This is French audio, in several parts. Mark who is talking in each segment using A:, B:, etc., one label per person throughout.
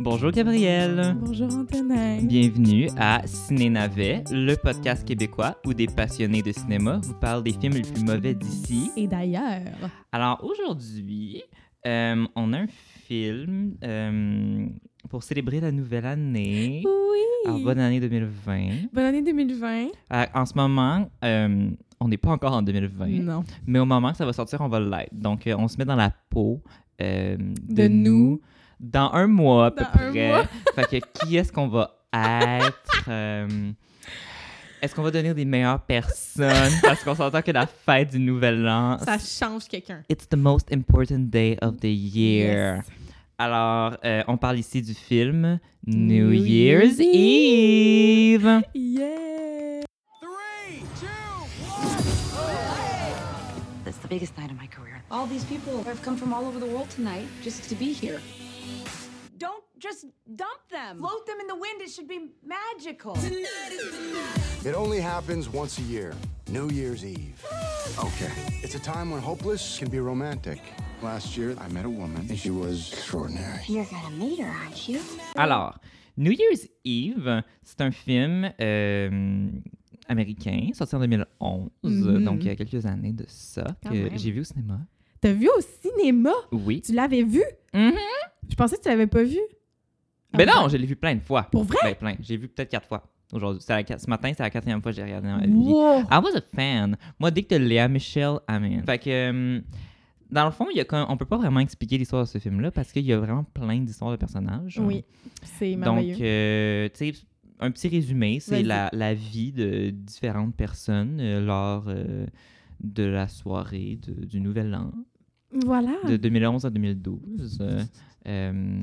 A: Bonjour Gabriel.
B: Bonjour Antonin.
A: Bienvenue à Ciné Navet, le podcast québécois où des passionnés de cinéma vous parlent des films les plus mauvais d'ici.
B: Et d'ailleurs,
A: Alors aujourd'hui, euh, on a un film euh, pour célébrer la nouvelle année.
B: oui.
A: Alors, bonne année 2020.
B: Bonne année 2020.
A: Euh, en ce moment, euh, on n'est pas encore en 2020,
B: Non.
A: mais au moment que ça va sortir, on va l'être. Donc, euh, on se met dans la peau euh, de,
B: De
A: nous
B: nous.
A: dans un mois à peu
B: Dans un
A: près.
B: mois.
A: fait que qui est-ce qu'on va être? euh, est-ce qu'on va devenir des meilleures personnes? Parce qu'on s'entend que la fête du Nouvel An,
B: Ça change quelqu'un.
A: it's the most important day of the year.
B: Yes.
A: Alors, euh, on parle ici du film New,
B: New
A: Year's
B: Year's Eve.
A: Eve.
B: Yeah.
C: That's the biggest night of my career.
D: All these people have come from all over the world tonight just to be here.
E: Don't just dump them. Float them in the wind. It should be magical.
F: It only happens once a year, New Year's Eve. Okay. It's a time when hopeless can be romantic. Last year, I met a woman, and she was extraordinary.
A: Alors, New Year's Eve, c'est un film euh, américain, sorti en 2011,
B: Mhm. Ah
A: donc il y a quelques années de ça,
B: Quand
A: que
B: même.
A: j'ai vu au cinéma.
B: T'as vu au cinéma?
A: Oui.
B: Tu l'avais vu?
A: Mhm.
B: Je pensais que tu l'avais pas vu.
A: Mais
B: Ah,
A: non, je l'ai vu plein de fois.
B: Pour vrai?
A: Ben, plein. J'ai vu peut-être quatre fois aujourd'hui. C'est la quat- Ce matin, c'est la quatrième fois que j'ai regardé dans ma vie.
B: Wow.
A: I was a fan. Moi, dès que t'as Léa Michel, amen. Fait que, euh, dans le fond, il y a comme- on peut pas vraiment expliquer l'histoire de ce film-là parce qu'il y a vraiment plein d'histoires de personnages.
B: Oui. C'est merveilleux.
A: Donc, euh, tu sais, un petit résumé, c'est
B: Vas-y.
A: la, la vie de différentes personnes euh, lors euh, de la soirée de- du Nouvel An
B: voilà.
A: euh, de 2011 à 2012. Euh, euh,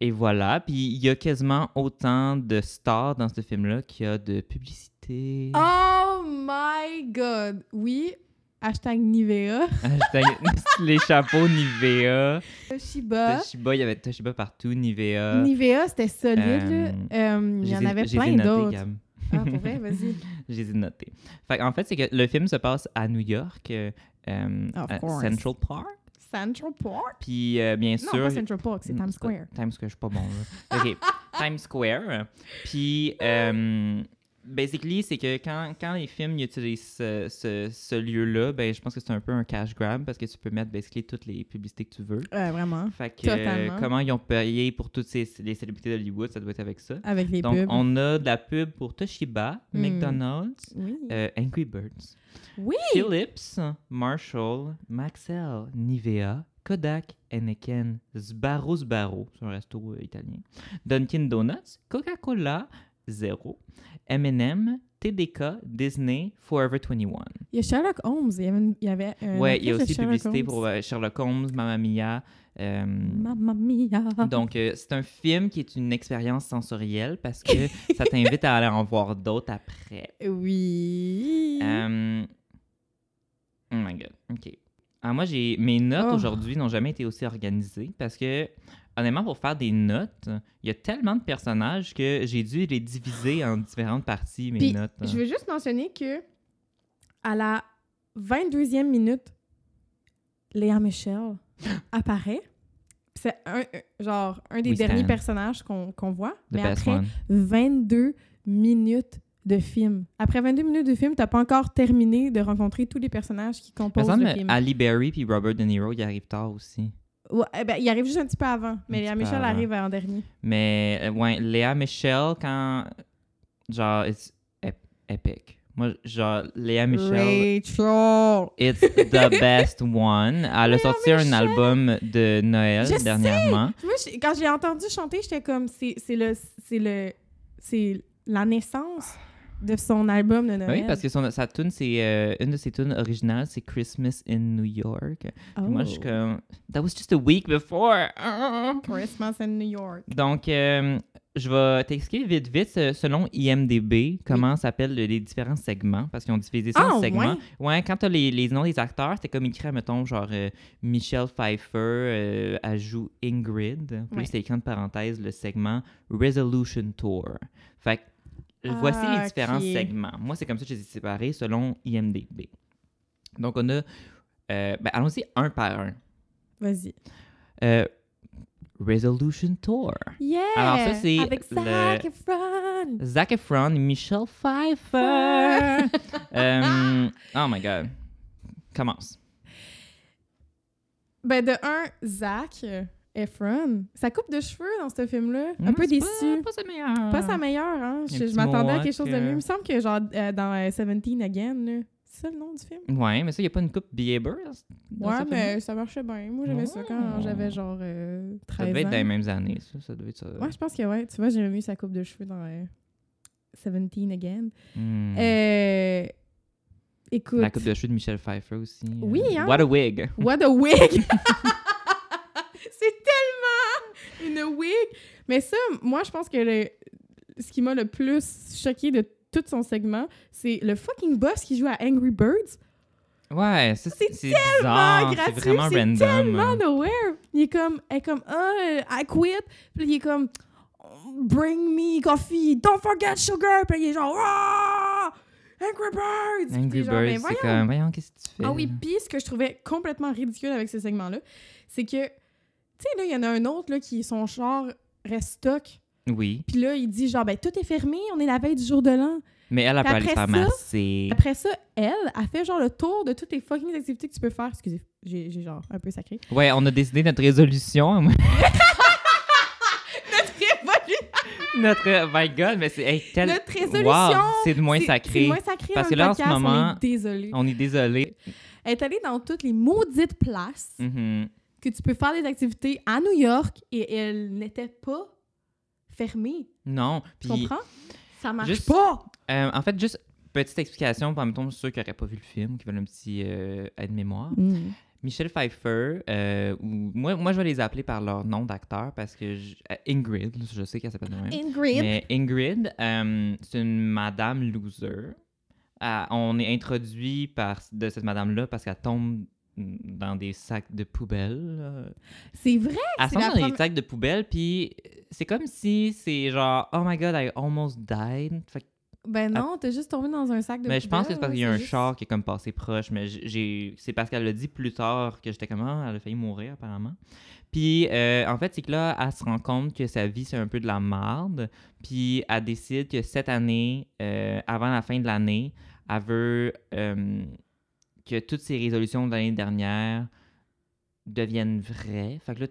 A: et voilà. Puis il y a quasiment autant de stars dans ce film-là qu'il y a de publicité.
B: Oh my god. Oui. Hashtag Nivea.
A: Hashtag les chapeaux Nivea.
B: Toshiba.
A: Toshiba, il y avait Toshiba partout, Nivea.
B: Nivea, c'était solide.
A: Euh,
B: là. Euh, Il y
A: Je
B: en
A: les ai-
B: avait
A: je les ai
B: plein
A: notés,
B: d'autres.
A: Gab.
B: Ah, pour vrai? Vas-y.
A: Je les ai notés. Fait, en fait, c'est que le film se passe à New York, euh, euh,
B: Of
A: à
B: course.
A: Central Park.
B: Central Park?
A: Puis, euh, bien
B: Non,
A: sûr.
B: pas Central Park, c'est
A: Mm,
B: Times
A: c'est pas-
B: Square.
A: Times Square, je suis pas bon. là. OK. Times Square. Puis, euh, basically, c'est que quand, quand les films ils utilisent ce, ce- ce lieu-là, ben, je pense que c'est un peu un cash grab parce que tu peux mettre basically toutes les publicités que tu veux.
B: Euh, vraiment.
A: Fait que,
B: Totalement.
A: euh, comment ils ont payé pour toutes ces, les célébrités d'Hollywood, ça doit être avec ça.
B: Avec les
A: Donc,
B: pubs.
A: on a de la pub pour Toshiba,
B: Mm.
A: McDonald's,
B: Oui.
A: euh, Angry Birds,
B: oui.
A: Philips, Marshall, Maxell, Nivea, Kodak, Heineken, Sbarro Sbarro, c'est un resto euh, italien, Dunkin' Donuts, Coca-Cola, Zero, M&M, TDK, Disney, Forever 21.
B: Il y a Sherlock Holmes. Il y avait, une- il y avait un
A: ouais, il y a
B: affiche
A: aussi
B: de Euh, Sherlock
A: publicité
B: Holmes.
A: pour euh, Sherlock Holmes, Mamma Mia. euh,
B: Mamma mia.
A: donc, euh, c'est un film qui est une expérience sensorielle parce que ça t'invite à aller en voir d'autres après.
B: Oui.
A: Euh, Oh my god, ok. Ah, moi, j'ai mes notes
B: Oh.
A: aujourd'hui n'ont jamais été aussi organisées parce que, honnêtement, pour faire des notes, il y a tellement de personnages que j'ai dû les diviser en différentes parties, mes
B: Puis,
A: notes. hein,
B: je veux juste mentionner que à la 22e minute, Léa Michel apparaît. C'est un, un- genre un des
A: We
B: derniers
A: stand.
B: personnages qu'on qu'on voit.
A: The
B: mais
A: best
B: après
A: one.
B: 22 minutes de film. Après 22 minutes de film, t'as pas encore terminé de rencontrer tous les personnages qui
A: Il me
B: composent
A: semble
B: le film.
A: Ali Berry puis Robert De Niro, ils arrivent tard aussi.
B: Ouais, eh ben, il arrive juste un petit peu avant, mais
A: petit
B: Léa
A: peu
B: Michel
A: avant.
B: arrive en dernier.
A: Mais, euh, ouais, Léa Michel, quand. Genre, it's ép- épique. Moi, genre, Léa Michel.
B: Rachel!
A: It's the best one. Ah, Elle a
B: Mais
A: sorti
B: on est
A: un
B: chef.
A: album de Noël
B: Je sais.
A: dernièrement.
B: Moi, je- quand j'ai entendu chanter, j'étais comme, c'est c'est le, c'est le, c'est la naissance de son album de Noël.
A: Ben Oui, parce que son- sa tune, c'est euh, une de ses tunes originales, c'est Christmas in New York. Puis
B: Oh.
A: Moi, je suis comme That was just a week before. Ah.
B: Christmas in New York.
A: Donc, euh, je vais t'expliquer vite, vite, euh, selon IMDB, comment s'appellent le- les différents segments, parce qu'ils ont divisé ça
B: Ah,
A: en segments. Ouais, quand t'as les, les noms des acteurs, c'est comme écrit, mettons, genre euh, Michelle Pfeiffer, euh, elle joue Ingrid. Puis
B: Ouais.
A: c'est écrit entre parenthèses le segment Resolution Tour. Fait que, voici les
B: Ah,
A: différents
B: ok.
A: segments. Moi, c'est comme ça que je les ai séparés selon IMDB. Donc, on a. euh, ben, allons-y un par un.
B: Vas-y.
A: Euh, Resolution Tour.
B: Yeah!
A: Alors ça, c'est
B: Avec
A: le-
B: Zac Efron!
A: Zac Efron et Michelle Pfeiffer. Euh, oh my God. Commence.
B: Ben, de un, Zac Efron, sa coupe de cheveux dans ce film-là, un
A: Ouais,
B: peu
A: Hum, c'est
B: déçu.
A: Pas, pas sa meilleure.
B: Pas sa meilleure, hein? Je,
A: petit
B: je m'attendais à
A: mohawk,
B: quelque chose de
A: euh.
B: mieux. Il me semble que, genre, euh, dans euh, Seventeen Again, là. C'est ça le nom du film?
A: Ouais, mais ça, il n'y a pas une coupe Bieber. dans
B: ouais,
A: ce
B: mais
A: film-là?
B: ça marchait bien. Moi, j'aimais ça quand
A: Oh.
B: j'avais, genre, euh,
A: Ça
B: 13
A: devait
B: ans.
A: être dans les mêmes années, ça. Ça devait être ça.
B: Ouais, je pense que, ouais. Tu vois, j'ai mieux sa coupe de cheveux dans euh, Seventeen Again.
A: Hmm.
B: Euh, écoute.
A: La coupe de cheveux de Michelle Pfeiffer aussi. euh,
B: Oui, hein?
A: What a wig.
B: What a wig! c'est tellement une wig! Mais ça, moi, je pense que le, ce qui m'a le plus choqué de tout son segment, c'est le fucking boss qui joue à Angry Birds.
A: Ouais, ça, c'est
B: C'est
A: c'est
B: Ah,
A: bizarre. C'est
B: gratuit,
A: vraiment
B: c'est
A: random. hein.
B: tellement nowhere. Il est comme, elle est comme, ah, euh, I quit. Puis il est comme, bring me coffee, don't forget sugar. Puis il est genre, ah, Angry Birds. Puis
A: Angry
B: t'es genre, Mais
A: Birds, c'est
B: voyons,
A: comme, voyons, qu'est-ce que tu fais?
B: Ah oui,
A: là?
B: puis ce que je trouvais complètement ridicule avec ce segment-là, c'est que, tu sais, là, il y en a un autre, là, qui, son char reste stock.
A: Oui.
B: Puis là, il dit, genre, ben, tout est fermé, on est la veille du jour de l'an.
A: Mais elle, elle peut
B: Puis
A: aller se
B: après
A: faire
B: ça-
A: masser.
B: Après ça, elle, a fait, genre, le tour de toutes les fucking activités que tu peux faire. Excusez, j'ai, j'ai, genre, un peu sacré.
A: Ouais, on a décidé notre résolution. notre. euh, My God, mais c'est. hey, tel-
B: Notre résolution!
A: Wow, c'est de moins
B: C'est-
A: sacré.
B: C'est moins sacré
A: Parce que
B: dans le
A: là, en ce
B: podcast,
A: moment,
B: on est désolé.
A: On est désolé.
B: Elle est allée dans toutes les maudites places
A: Mhm.
B: que tu peux faire des activités à New York et elle n'était pas fermée.
A: Non.
B: Tu
A: Puis,
B: comprends? Ça marche
A: juste-
B: pas!
A: euh, en fait, juste petite explication, pour mettons, ceux qui n'auraient pas vu le film, qui veulent un petit euh, aide-mémoire. Michelle Pfeiffer, euh, ou moi, moi, je vais les appeler par leur nom d'acteur parce que je- euh, Ingrid, je sais qu'elle s'appelle de même.
B: Ingrid.
A: Mais Ingrid, euh, c'est une madame loser. Ah, on est introduit par de cette madame-là parce qu'elle tombe dans des sacs de poubelle. là.
B: C'est vrai!
A: Elle
B: c'est
A: tombe
B: la
A: dans des
B: première-
A: sacs de poubelle, puis euh, c'est comme si c'est genre « Oh my God, I almost died ». Fait que-
B: Ben non, t'es juste tombé dans un sac de
A: Ah. mais je pense que c'est parce qu'il y a un
B: char
A: char qui est comme passé proche, mais j- j'ai c'est parce qu'elle l'a dit plus tard que j'étais comme Ah, elle a failli mourir apparemment. Puis euh, en fait, c'est que là, elle se rend compte que sa vie c'est un peu de la marde, puis elle décide que cette année, euh, avant la fin de l'année, elle veut euh, que toutes ses résolutions de l'année dernière deviennent vraies. Fait que là,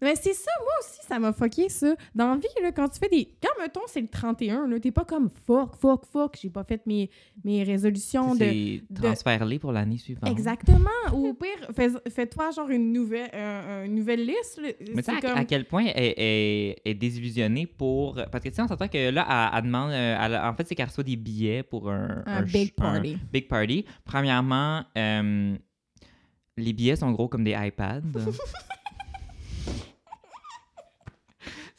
B: Mais c'est ça, moi aussi, ça m'a fucké, ça. Dans la vie, là, quand tu fais des... Quand, mettons, c'est le 31, là, t'es pas comme « fuck, fuck, fuck, j'ai pas fait mes, mes résolutions de...
A: c'est transfère-les pour l'année suivante. »
B: Exactement! Ou au pire, fais- fais-toi genre une nouvelle, un- une nouvelle liste. là.
A: Mais tu sais
B: C'est
A: à-
B: comme...
A: à quel point elle elle- elle est désillusionnée pour... Parce que tu sais, on s'entend que là, elle, elle demande... euh, elle- en fait, c'est qu'elle reçoit des billets pour un...
B: Un
A: ch-
B: big party.
A: big party. Premièrement, euh, les billets sont gros comme des iPads.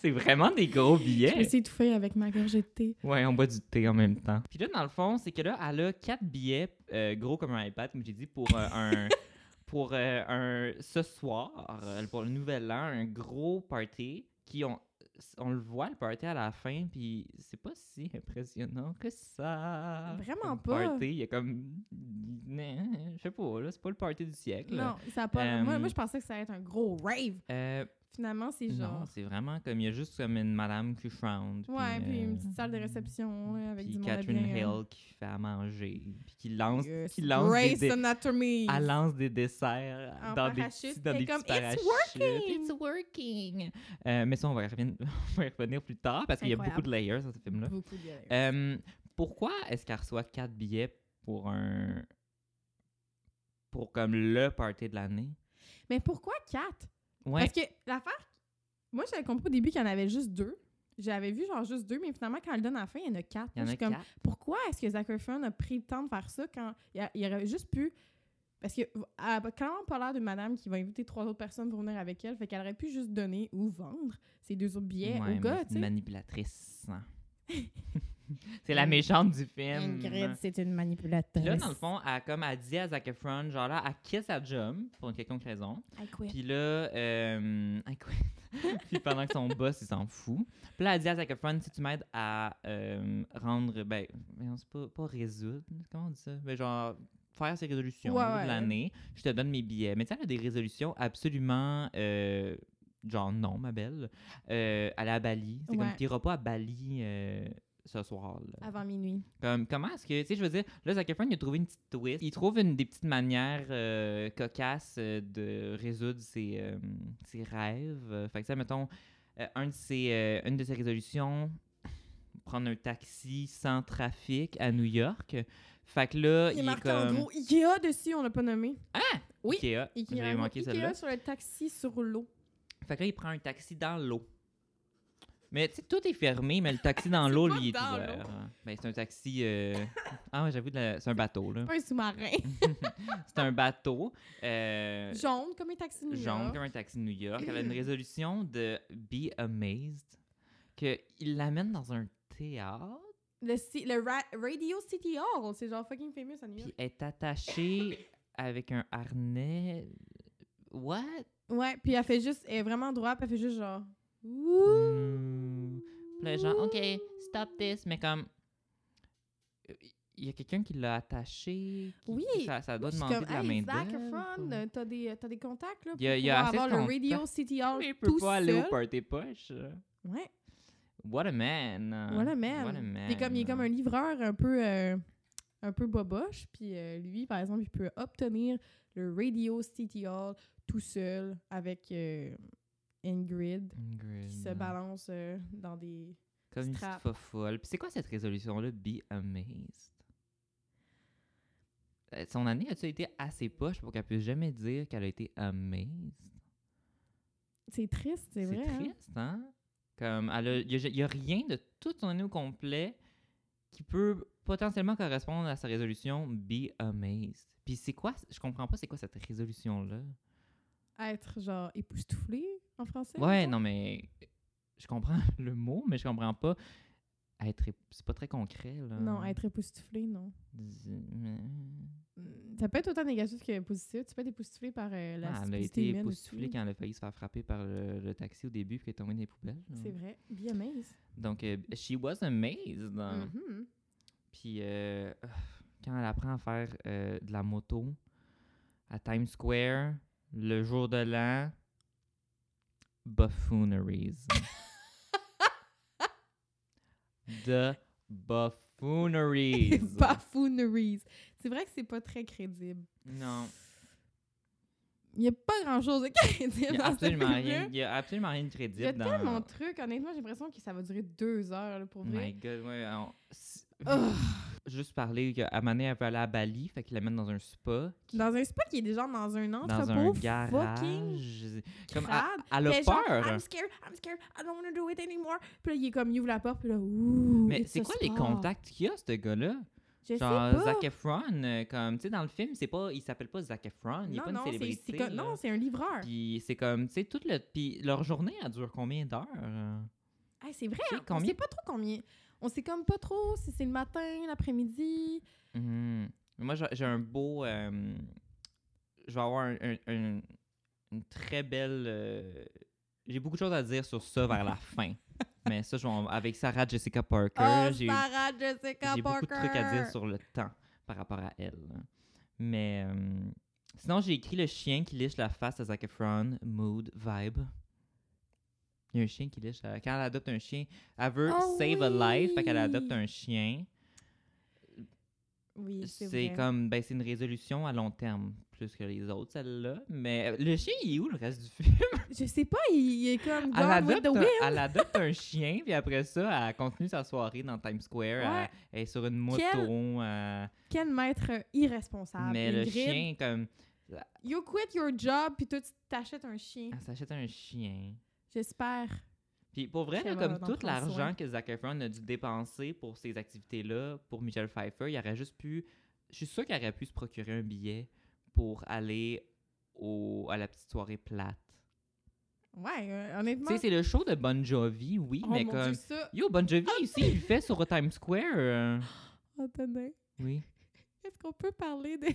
A: c'est vraiment des gros
B: Je me
A: billets.
B: suis étouffée avec ma gorgetée.
A: Ouais, on boit du thé en même temps. Puis là, dans le fond, c'est que là, elle a quatre billets euh, gros comme un iPad, comme j'ai dit, pour euh, un. pour euh, un. ce soir, euh, pour le nouvel an, un gros party qui on, on le voit, le party à la fin, puis c'est pas si impressionnant que ça.
B: Vraiment
A: Comme
B: pas.
A: Party, il y a comme. Né, Je sais pas, là, c'est pas le party du siècle.
B: Non, ça a pas...
A: Euh,
B: Moi, moi, je pensais que ça allait être un gros rave.
A: Euh,
B: Finalement, c'est genre...
A: non, c'est vraiment comme. Il y a juste comme une madame qui frown.
B: ouais, puis une
A: euh,
B: petite salle de réception là, avec
A: puis
B: du monde à
A: Catherine
B: bien, euh,
A: Hill qui fait à manger, puis qui lance,
B: Yes.
A: qui lance des,
B: Grey's
A: dé-
B: Anatomy.
A: elle lance des desserts
B: En
A: dans des
B: parachute,
A: petits, dans
B: t'es
A: des
B: comme,
A: petits parachutes.
B: It's
A: It's working. Euh, mais ça, on va, y revenir, on va y revenir plus tard parce qu'il y a beaucoup
B: Incroyable.
A: de layers dans ce film-là.
B: Beaucoup de galères.
A: Euh, pourquoi est-ce qu'elle reçoit quatre billets pour un pour comme le party de l'année?
B: Mais pourquoi 4?
A: Ouais,
B: Parce que l'affaire, moi j'avais compris au début qu'il y en avait juste deux. J'avais vu genre juste deux, mais finalement quand elle donne à la fin, il y en a quatre.
A: il y en a
B: Moi, je suis comme,
A: quatre.
B: pourquoi est-ce que Zac Efron a pris le temps de faire ça quand il, a- il aurait juste pu. Parce que elle a clairement pas l'air d'une madame qui va inviter trois autres personnes pour venir avec elle. Fait qu'elle aurait pu juste donner ou vendre ces deux autres billets
A: Ouais,
B: au
A: mais
B: gars,
A: c'est
B: tu
A: une
B: sais.
A: manipulatrice. hein. c'est la méchante du film.
B: c'est
A: Puis
B: une manipulatrice.
A: là, dans le fond, elle, comme elle dit à Zac Efron, genre là, elle quitte sa job pour une quelconque raison. Puis là, euh, elle quit. Puis pendant que son boss, il s'en fout. Puis là, elle dit à Zac Efron, si tu m'aides à euh, rendre, ben, on sait pas, pas résoudre, comment on dit ça? Ben, genre, faire ses résolutions
B: Ouais,
A: là,
B: ouais.
A: de l'année, je te donne mes billets. Mais tu sais, elle a des résolutions absolument euh, genre non, ma belle, euh, aller à Bali. C'est
B: Ouais.
A: comme, t'iras pas à Bali euh, ce soir. là.
B: Avant minuit.
A: Comme, comment est-ce que, tu sais, je veux dire, là, Zac Efron, il a trouvé une petite twist. Il trouve une des petites manières euh, cocasses euh, de résoudre ses, euh, ses rêves. Euh, Fait que, ça, mettons, euh, un de ses, euh, une de ses résolutions, prendre un taxi sans trafic à New York. Fait que là, euh,
B: Il
A: il,
B: est
A: est
B: marqué en
A: comme...
B: gros Ikea dessus, on l'a pas nommé. oui.
A: Ikea.
B: Ikea,
A: J'avais
B: marqué
A: manqué
B: Ikea
A: celle-là.
B: sur le taxi sur l'eau.
A: Fait que là, il prend un taxi dans l'eau. Mais tu sais, tout est fermé, mais le taxi dans l'eau,
B: pas
A: lui, il est
B: dans
A: ouvert. Ben, c'est un taxi... euh, Ah ouais, j'avoue, de la- c'est un bateau, là.
B: Pas un sous-marin.
A: C'est un bateau. euh,
B: Jaune, comme un taxi de New
A: jaune
B: York.
A: comme un taxi de New York. Elle a une résolution de Be Amazed qu'il l'amène dans un théâtre
B: Le, ci- le Ra- Radio City Hall, c'est genre fucking famous à New
A: puis
B: York.
A: est attaché avec un harnais. What?
B: Ouais, puis elle fait juste, elle est vraiment droite, puis elle fait juste genre.
A: Hmm. Puis là, genre, OK, stop this, mais comme. Il y a quelqu'un qui l'a attaché. qui-
B: Oui.
A: Ça, ça doit
B: Je suis
A: demander
B: comme,
A: de la
B: hey,
A: main
B: Zac
A: d'œuvre.
B: Efron, euh, t'as des, t'as des contacts là, pour
A: Il y a- il y a assez de
B: pouvoir avoir le
A: contacts.
B: Radio City Hall
A: Mais Il peut
B: tout
A: pas aller au
B: seul.
A: party poche.
B: Ouais,
A: What a man.
B: voilà man.
A: What a Ah, man.
B: Il est comme, il est comme un livreur un peu, euh, un peu boboche, puis euh, lui, par exemple, il peut obtenir le Radio City Hall tout seul avec euh, Ingrid
A: Ingrid.
B: qui se balance euh, dans des...
A: Comme une
B: Strap.
A: petite fofolle. Puis c'est quoi cette résolution-là, Be Amazed? Euh, Son année a-tu été assez poche pour qu'elle puisse jamais dire qu'elle a été amazed?
B: C'est triste, c'est vrai. hein?
A: triste, hein? Comme, elle a- il n'y a, rien de toute son année au complet qui peut potentiellement correspondre à sa résolution Be Amazed. Puis c'est quoi? Je comprends pas c'est quoi cette résolution-là.
B: Être genre époustouflé en français.
A: Ouais,
B: mettons.
A: non, mais je comprends le mot, mais je comprends pas. Être, ép- c'est pas très concret, là.
B: Non, être époustouflé, non.
A: Dis-
B: Mm, Ça peut être autant négatif que positif. Tu peux être époustouflé par euh, la
A: Ah, elle a
B: simplicité
A: été
B: humaine
A: époustouflée
B: aussi.
A: quand elle a failli se faire frapper par le, le taxi au début puis qu'elle est tombée dans les poubelles. là.
B: C'est vrai. Bien amazed.
A: Donc, euh, she was amazed. hein.
B: Mhm.
A: Puis, euh, quand elle apprend à faire euh, de la moto à Times Square, le jour de l'an, buffooneries. The buffooneries.
B: Buffooneries. C'est vrai que c'est pas très crédible.
A: non,
B: Il n'y a pas grand-chose de crédible
A: il n'y a
B: dans ce
A: absolument rien.
B: film-là.
A: Il y a absolument rien de
B: Il y a
A: crédible dans.
B: tellement de trucs. Honnêtement, j'ai l'impression que ça va durer deux heures, là, pour
A: My
B: vrai.
A: God, ouais. on- s-
B: Ugh.
A: Juste parler qu'à Mané, elle veut aller à Bali, fait qu'il la mène dans un spa,
B: Dans un spa qui est déjà dans un entrepôt
A: dans un
B: fucking
A: garage. Comme à-
B: crade.
A: elle, a
B: Fait genre,
A: peur.
B: I'm scared, I'm scared, I don't wanna do it anymore. Puis là, il est comme, il ouvre la porte, puis là, ouh.
A: Mais
B: it's
A: c'est
B: a
A: quoi les
B: spa.
A: contacts qu'il y a, ce gars-là?
B: Je sais
A: Genre,
B: pas.
A: Zac Efron, euh, comme, tu sais, dans le film, c'est pas, il s'appelle pas Zac Efron, il est
B: non,
A: pas
B: non,
A: une
B: c'est-
A: célébrité.
B: c'est comme-
A: là.
B: non, c'est un livreur.
A: Puis c'est comme, tu sais, toute le... Puis leur journée, elle dure combien d'heures? euh?
B: Ah, c'est vrai,
A: Tu sais
B: hein, on
A: combien-
B: sait pas trop combien. On sait comme pas trop si c'est le matin, l'après-midi.
A: Mhm. Moi, j'ai- j'ai un beau. euh, je vais avoir un- un- un- une très belle. euh, j'ai beaucoup de choses à dire sur ça vers la fin. Mais ça, je vais en- avec Sarah Jessica Parker,
B: Oh,
A: j'ai eu-
B: Sarah Jessica
A: j'ai beaucoup de trucs à
B: Parker.
A: dire sur le temps par rapport à elle. hein. Mais euh, sinon, j'ai écrit le chien qui liche la face à Zac Efron, mood, vibe. Il y a un chien qui liche. la- Quand elle adopte un chien, elle veut
B: Oh
A: save a life, fait qu'elle
B: oui!
A: adopte un chien.
B: Oui, c'est
A: C'est
B: vrai.
A: comme, ben, c'est une résolution à long terme, plus que les autres, celle-là. Mais euh, le chien, il est où le reste du film?
B: Je sais pas, il est comme
A: Elle
B: Gone with
A: adopte,
B: the
A: un,
B: Wind.
A: elle adopte un chien, puis après ça, elle continue sa soirée dans Times Square.
B: Ouais.
A: Elle, elle est sur une moto. euh,
B: Quel maître irresponsable.
A: mais le
B: Ah, Ingrid,
A: chien, comme,
B: You quit your job, puis toi, tu t'achètes un chien.
A: elle s'achète un chien.
B: J'espère.
A: Puis pour vrai,
B: Très
A: là,
B: bon
A: comme
B: d'en
A: tout
B: prendre soin.
A: l'argent que Zac Efron a dû dépenser pour ces activités-là, pour Michelle Pfeiffer, il aurait juste pu. Je suis sûre qu'il aurait pu se procurer un billet pour aller au, à la petite soirée plate.
B: Ouais, euh,
A: Tu
B: honnêtement.
A: sais, c'est le show de Bon Jovi, oui,
B: oh
A: mais
B: mon
A: comme.
B: Dieu, Ah, ça.
A: Yo, Bon Jovi, ici, il le fait sur Times Square. euh,
B: Attendez,
A: Oui.
B: est-ce qu'on peut parler de,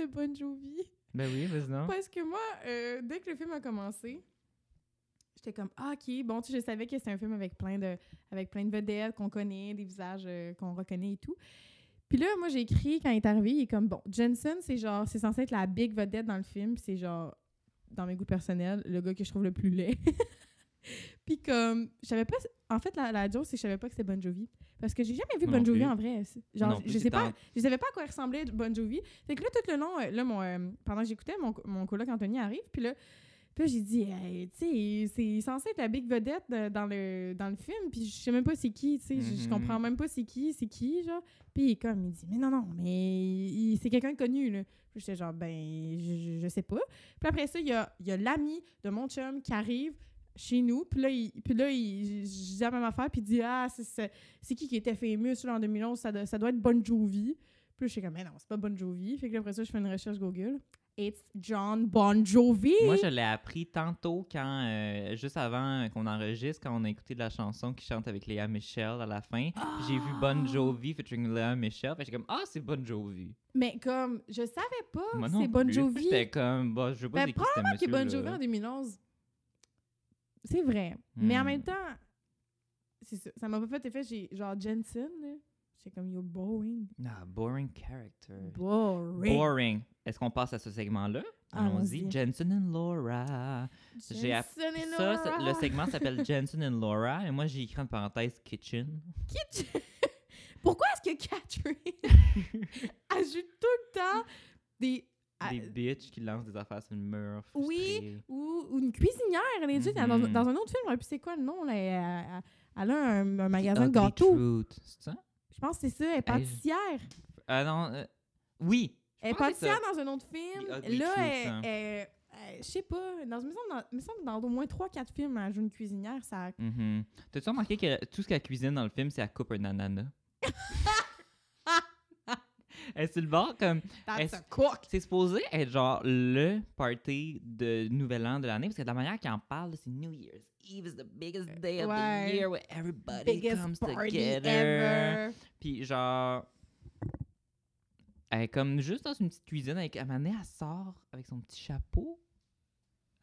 B: de Bon Jovi?
A: Ben oui, vas-y non.
B: Parce que moi, euh, dès que le film a commencé, j'étais comme ah, OK, bon, tu sais, je savais que c'était un film avec plein de avec plein de vedettes qu'on connaît, des visages euh, qu'on reconnaît et tout. Puis là, moi, j'ai écrit quand il est arrivé, il est comme bon, Jensen, c'est genre c'est censé être la big vedette dans le film, puis c'est genre dans mes goûts personnels, le gars que je trouve le plus laid. Puis comme, je savais pas. En fait, la, la joke, c'est que je savais pas que c'était Bon Jovi. Parce que j'ai jamais vu
A: Moi
B: Bon
A: non
B: Jovi
A: plus.
B: en vrai. Genre,
A: Non,
B: je
A: puis
B: sais
A: t'en-
B: pas. Je savais pas à quoi ressemblait Bon Jovi. Fait que là, tout le long, euh, là, mon, euh, pendant que j'écoutais, mon, co- mon coloc Anthony arrive, puis là, puis là, j'ai dit, Hey, tu sais, c'est censé être la big vedette euh, dans le, dans le film, puis je sais même pas c'est qui, tu sais, je- je
A: Mhm.
B: comprends même pas c'est qui, c'est qui, genre. Puis il est comme, il dit, mais non, non, mais il- c'est quelqu'un de connu, là. Puis j'étais genre, ben, je, je- je sais pas. Puis après ça, il y a, il y a l'ami de mon chum qui arrive chez nous, puis là, il, puis là, il, je dis la même affaire, puis il dit, ah, c'est- c'est c'est qui qui était fameux là, en 2011, ça, doit- ça doit être Bon Jovi. Puis là, je suis comme, mais non, c'est pas Bon Jovi. Fait que là, après ça, je fais une recherche Google. It's John Bon Jovi!
A: Moi, je l'ai appris tantôt, quand, euh, juste avant qu'on enregistre, quand on a écouté de la chanson qui chante avec Léa Michel à la fin.
B: Ah!
A: puis J'ai vu Bon Jovi featuring Léa Michel. Fait que j'ai comme, ah, c'est Bon Jovi.
B: Mais comme, je savais pas,
A: Moi
B: Ah, c'est
A: non
B: Bon
A: plus.
B: Jovi.
A: J'étais comme, bah, je sais pas
B: Ben,
A: c'est qui c'était
B: qui est Bon
A: monsieur,
B: Jovi
A: là.
B: en 2011. C'est vrai. Mais en
A: Hmm.
B: même temps, c'est ça. Ça m'a pas fait effet. J'ai genre Jensen, là. C'est comme, you're boring.
A: Ah, boring character.
B: Boring.
A: Boring. Est-ce qu'on passe à ce segment-là?
B: Allons-y.
A: Allons-y. Jensen and Laura. J'ai app-
B: Jensen et
A: Ça, c'est- le
B: Laura.
A: segment s'appelle Jensen and Laura. Et moi, j'ai écrit en parenthèse Kitchen.
B: Pourquoi est-ce que Catherine ajoute tout le temps des. à-
A: Des bitches qui lancent des affaires sur le mur.
B: Ah, euh, Oui,
A: frustrées.
B: ou, ou une cuisinière, elle est juste dans,
A: Mhm.
B: dans un autre film, je sais plus c'est quoi le nom, là, elle, elle a un, un magasin de
A: Ugly
B: gâteaux.
A: Truth, C'est ça?
B: Je pense que c'est ça, elle est pâtissière.
A: Ah non. euh, oui. je
B: Elle est
A: pense que c'est ça.
B: pâtissière dans un autre film.
A: The Ugly
B: Là,
A: Truth,
B: elle,
A: hein.
B: elle- elle- je sais pas, dans, me semble dans, me semble dans au moins 3-4 films, elle joue une cuisinière, ça...
A: Mhm. T'as-tu remarqué que tout ce qu'elle cuisine dans le film, c'est elle coupe un ananas? Elle est sur le bord comme.
B: That's
A: Est-ce-
B: a cook!
A: C'est supposé être genre le party de Nouvel An de l'année parce que de la manière qu'il en parle, c'est New Year's Eve is the biggest day of
B: Ouais.
A: the year where everybody comes
B: Biggest party
A: together.
B: ever!
A: Puis genre, elle est comme juste dans une petite cuisine avec à un moment donné, elle sort avec son petit chapeau.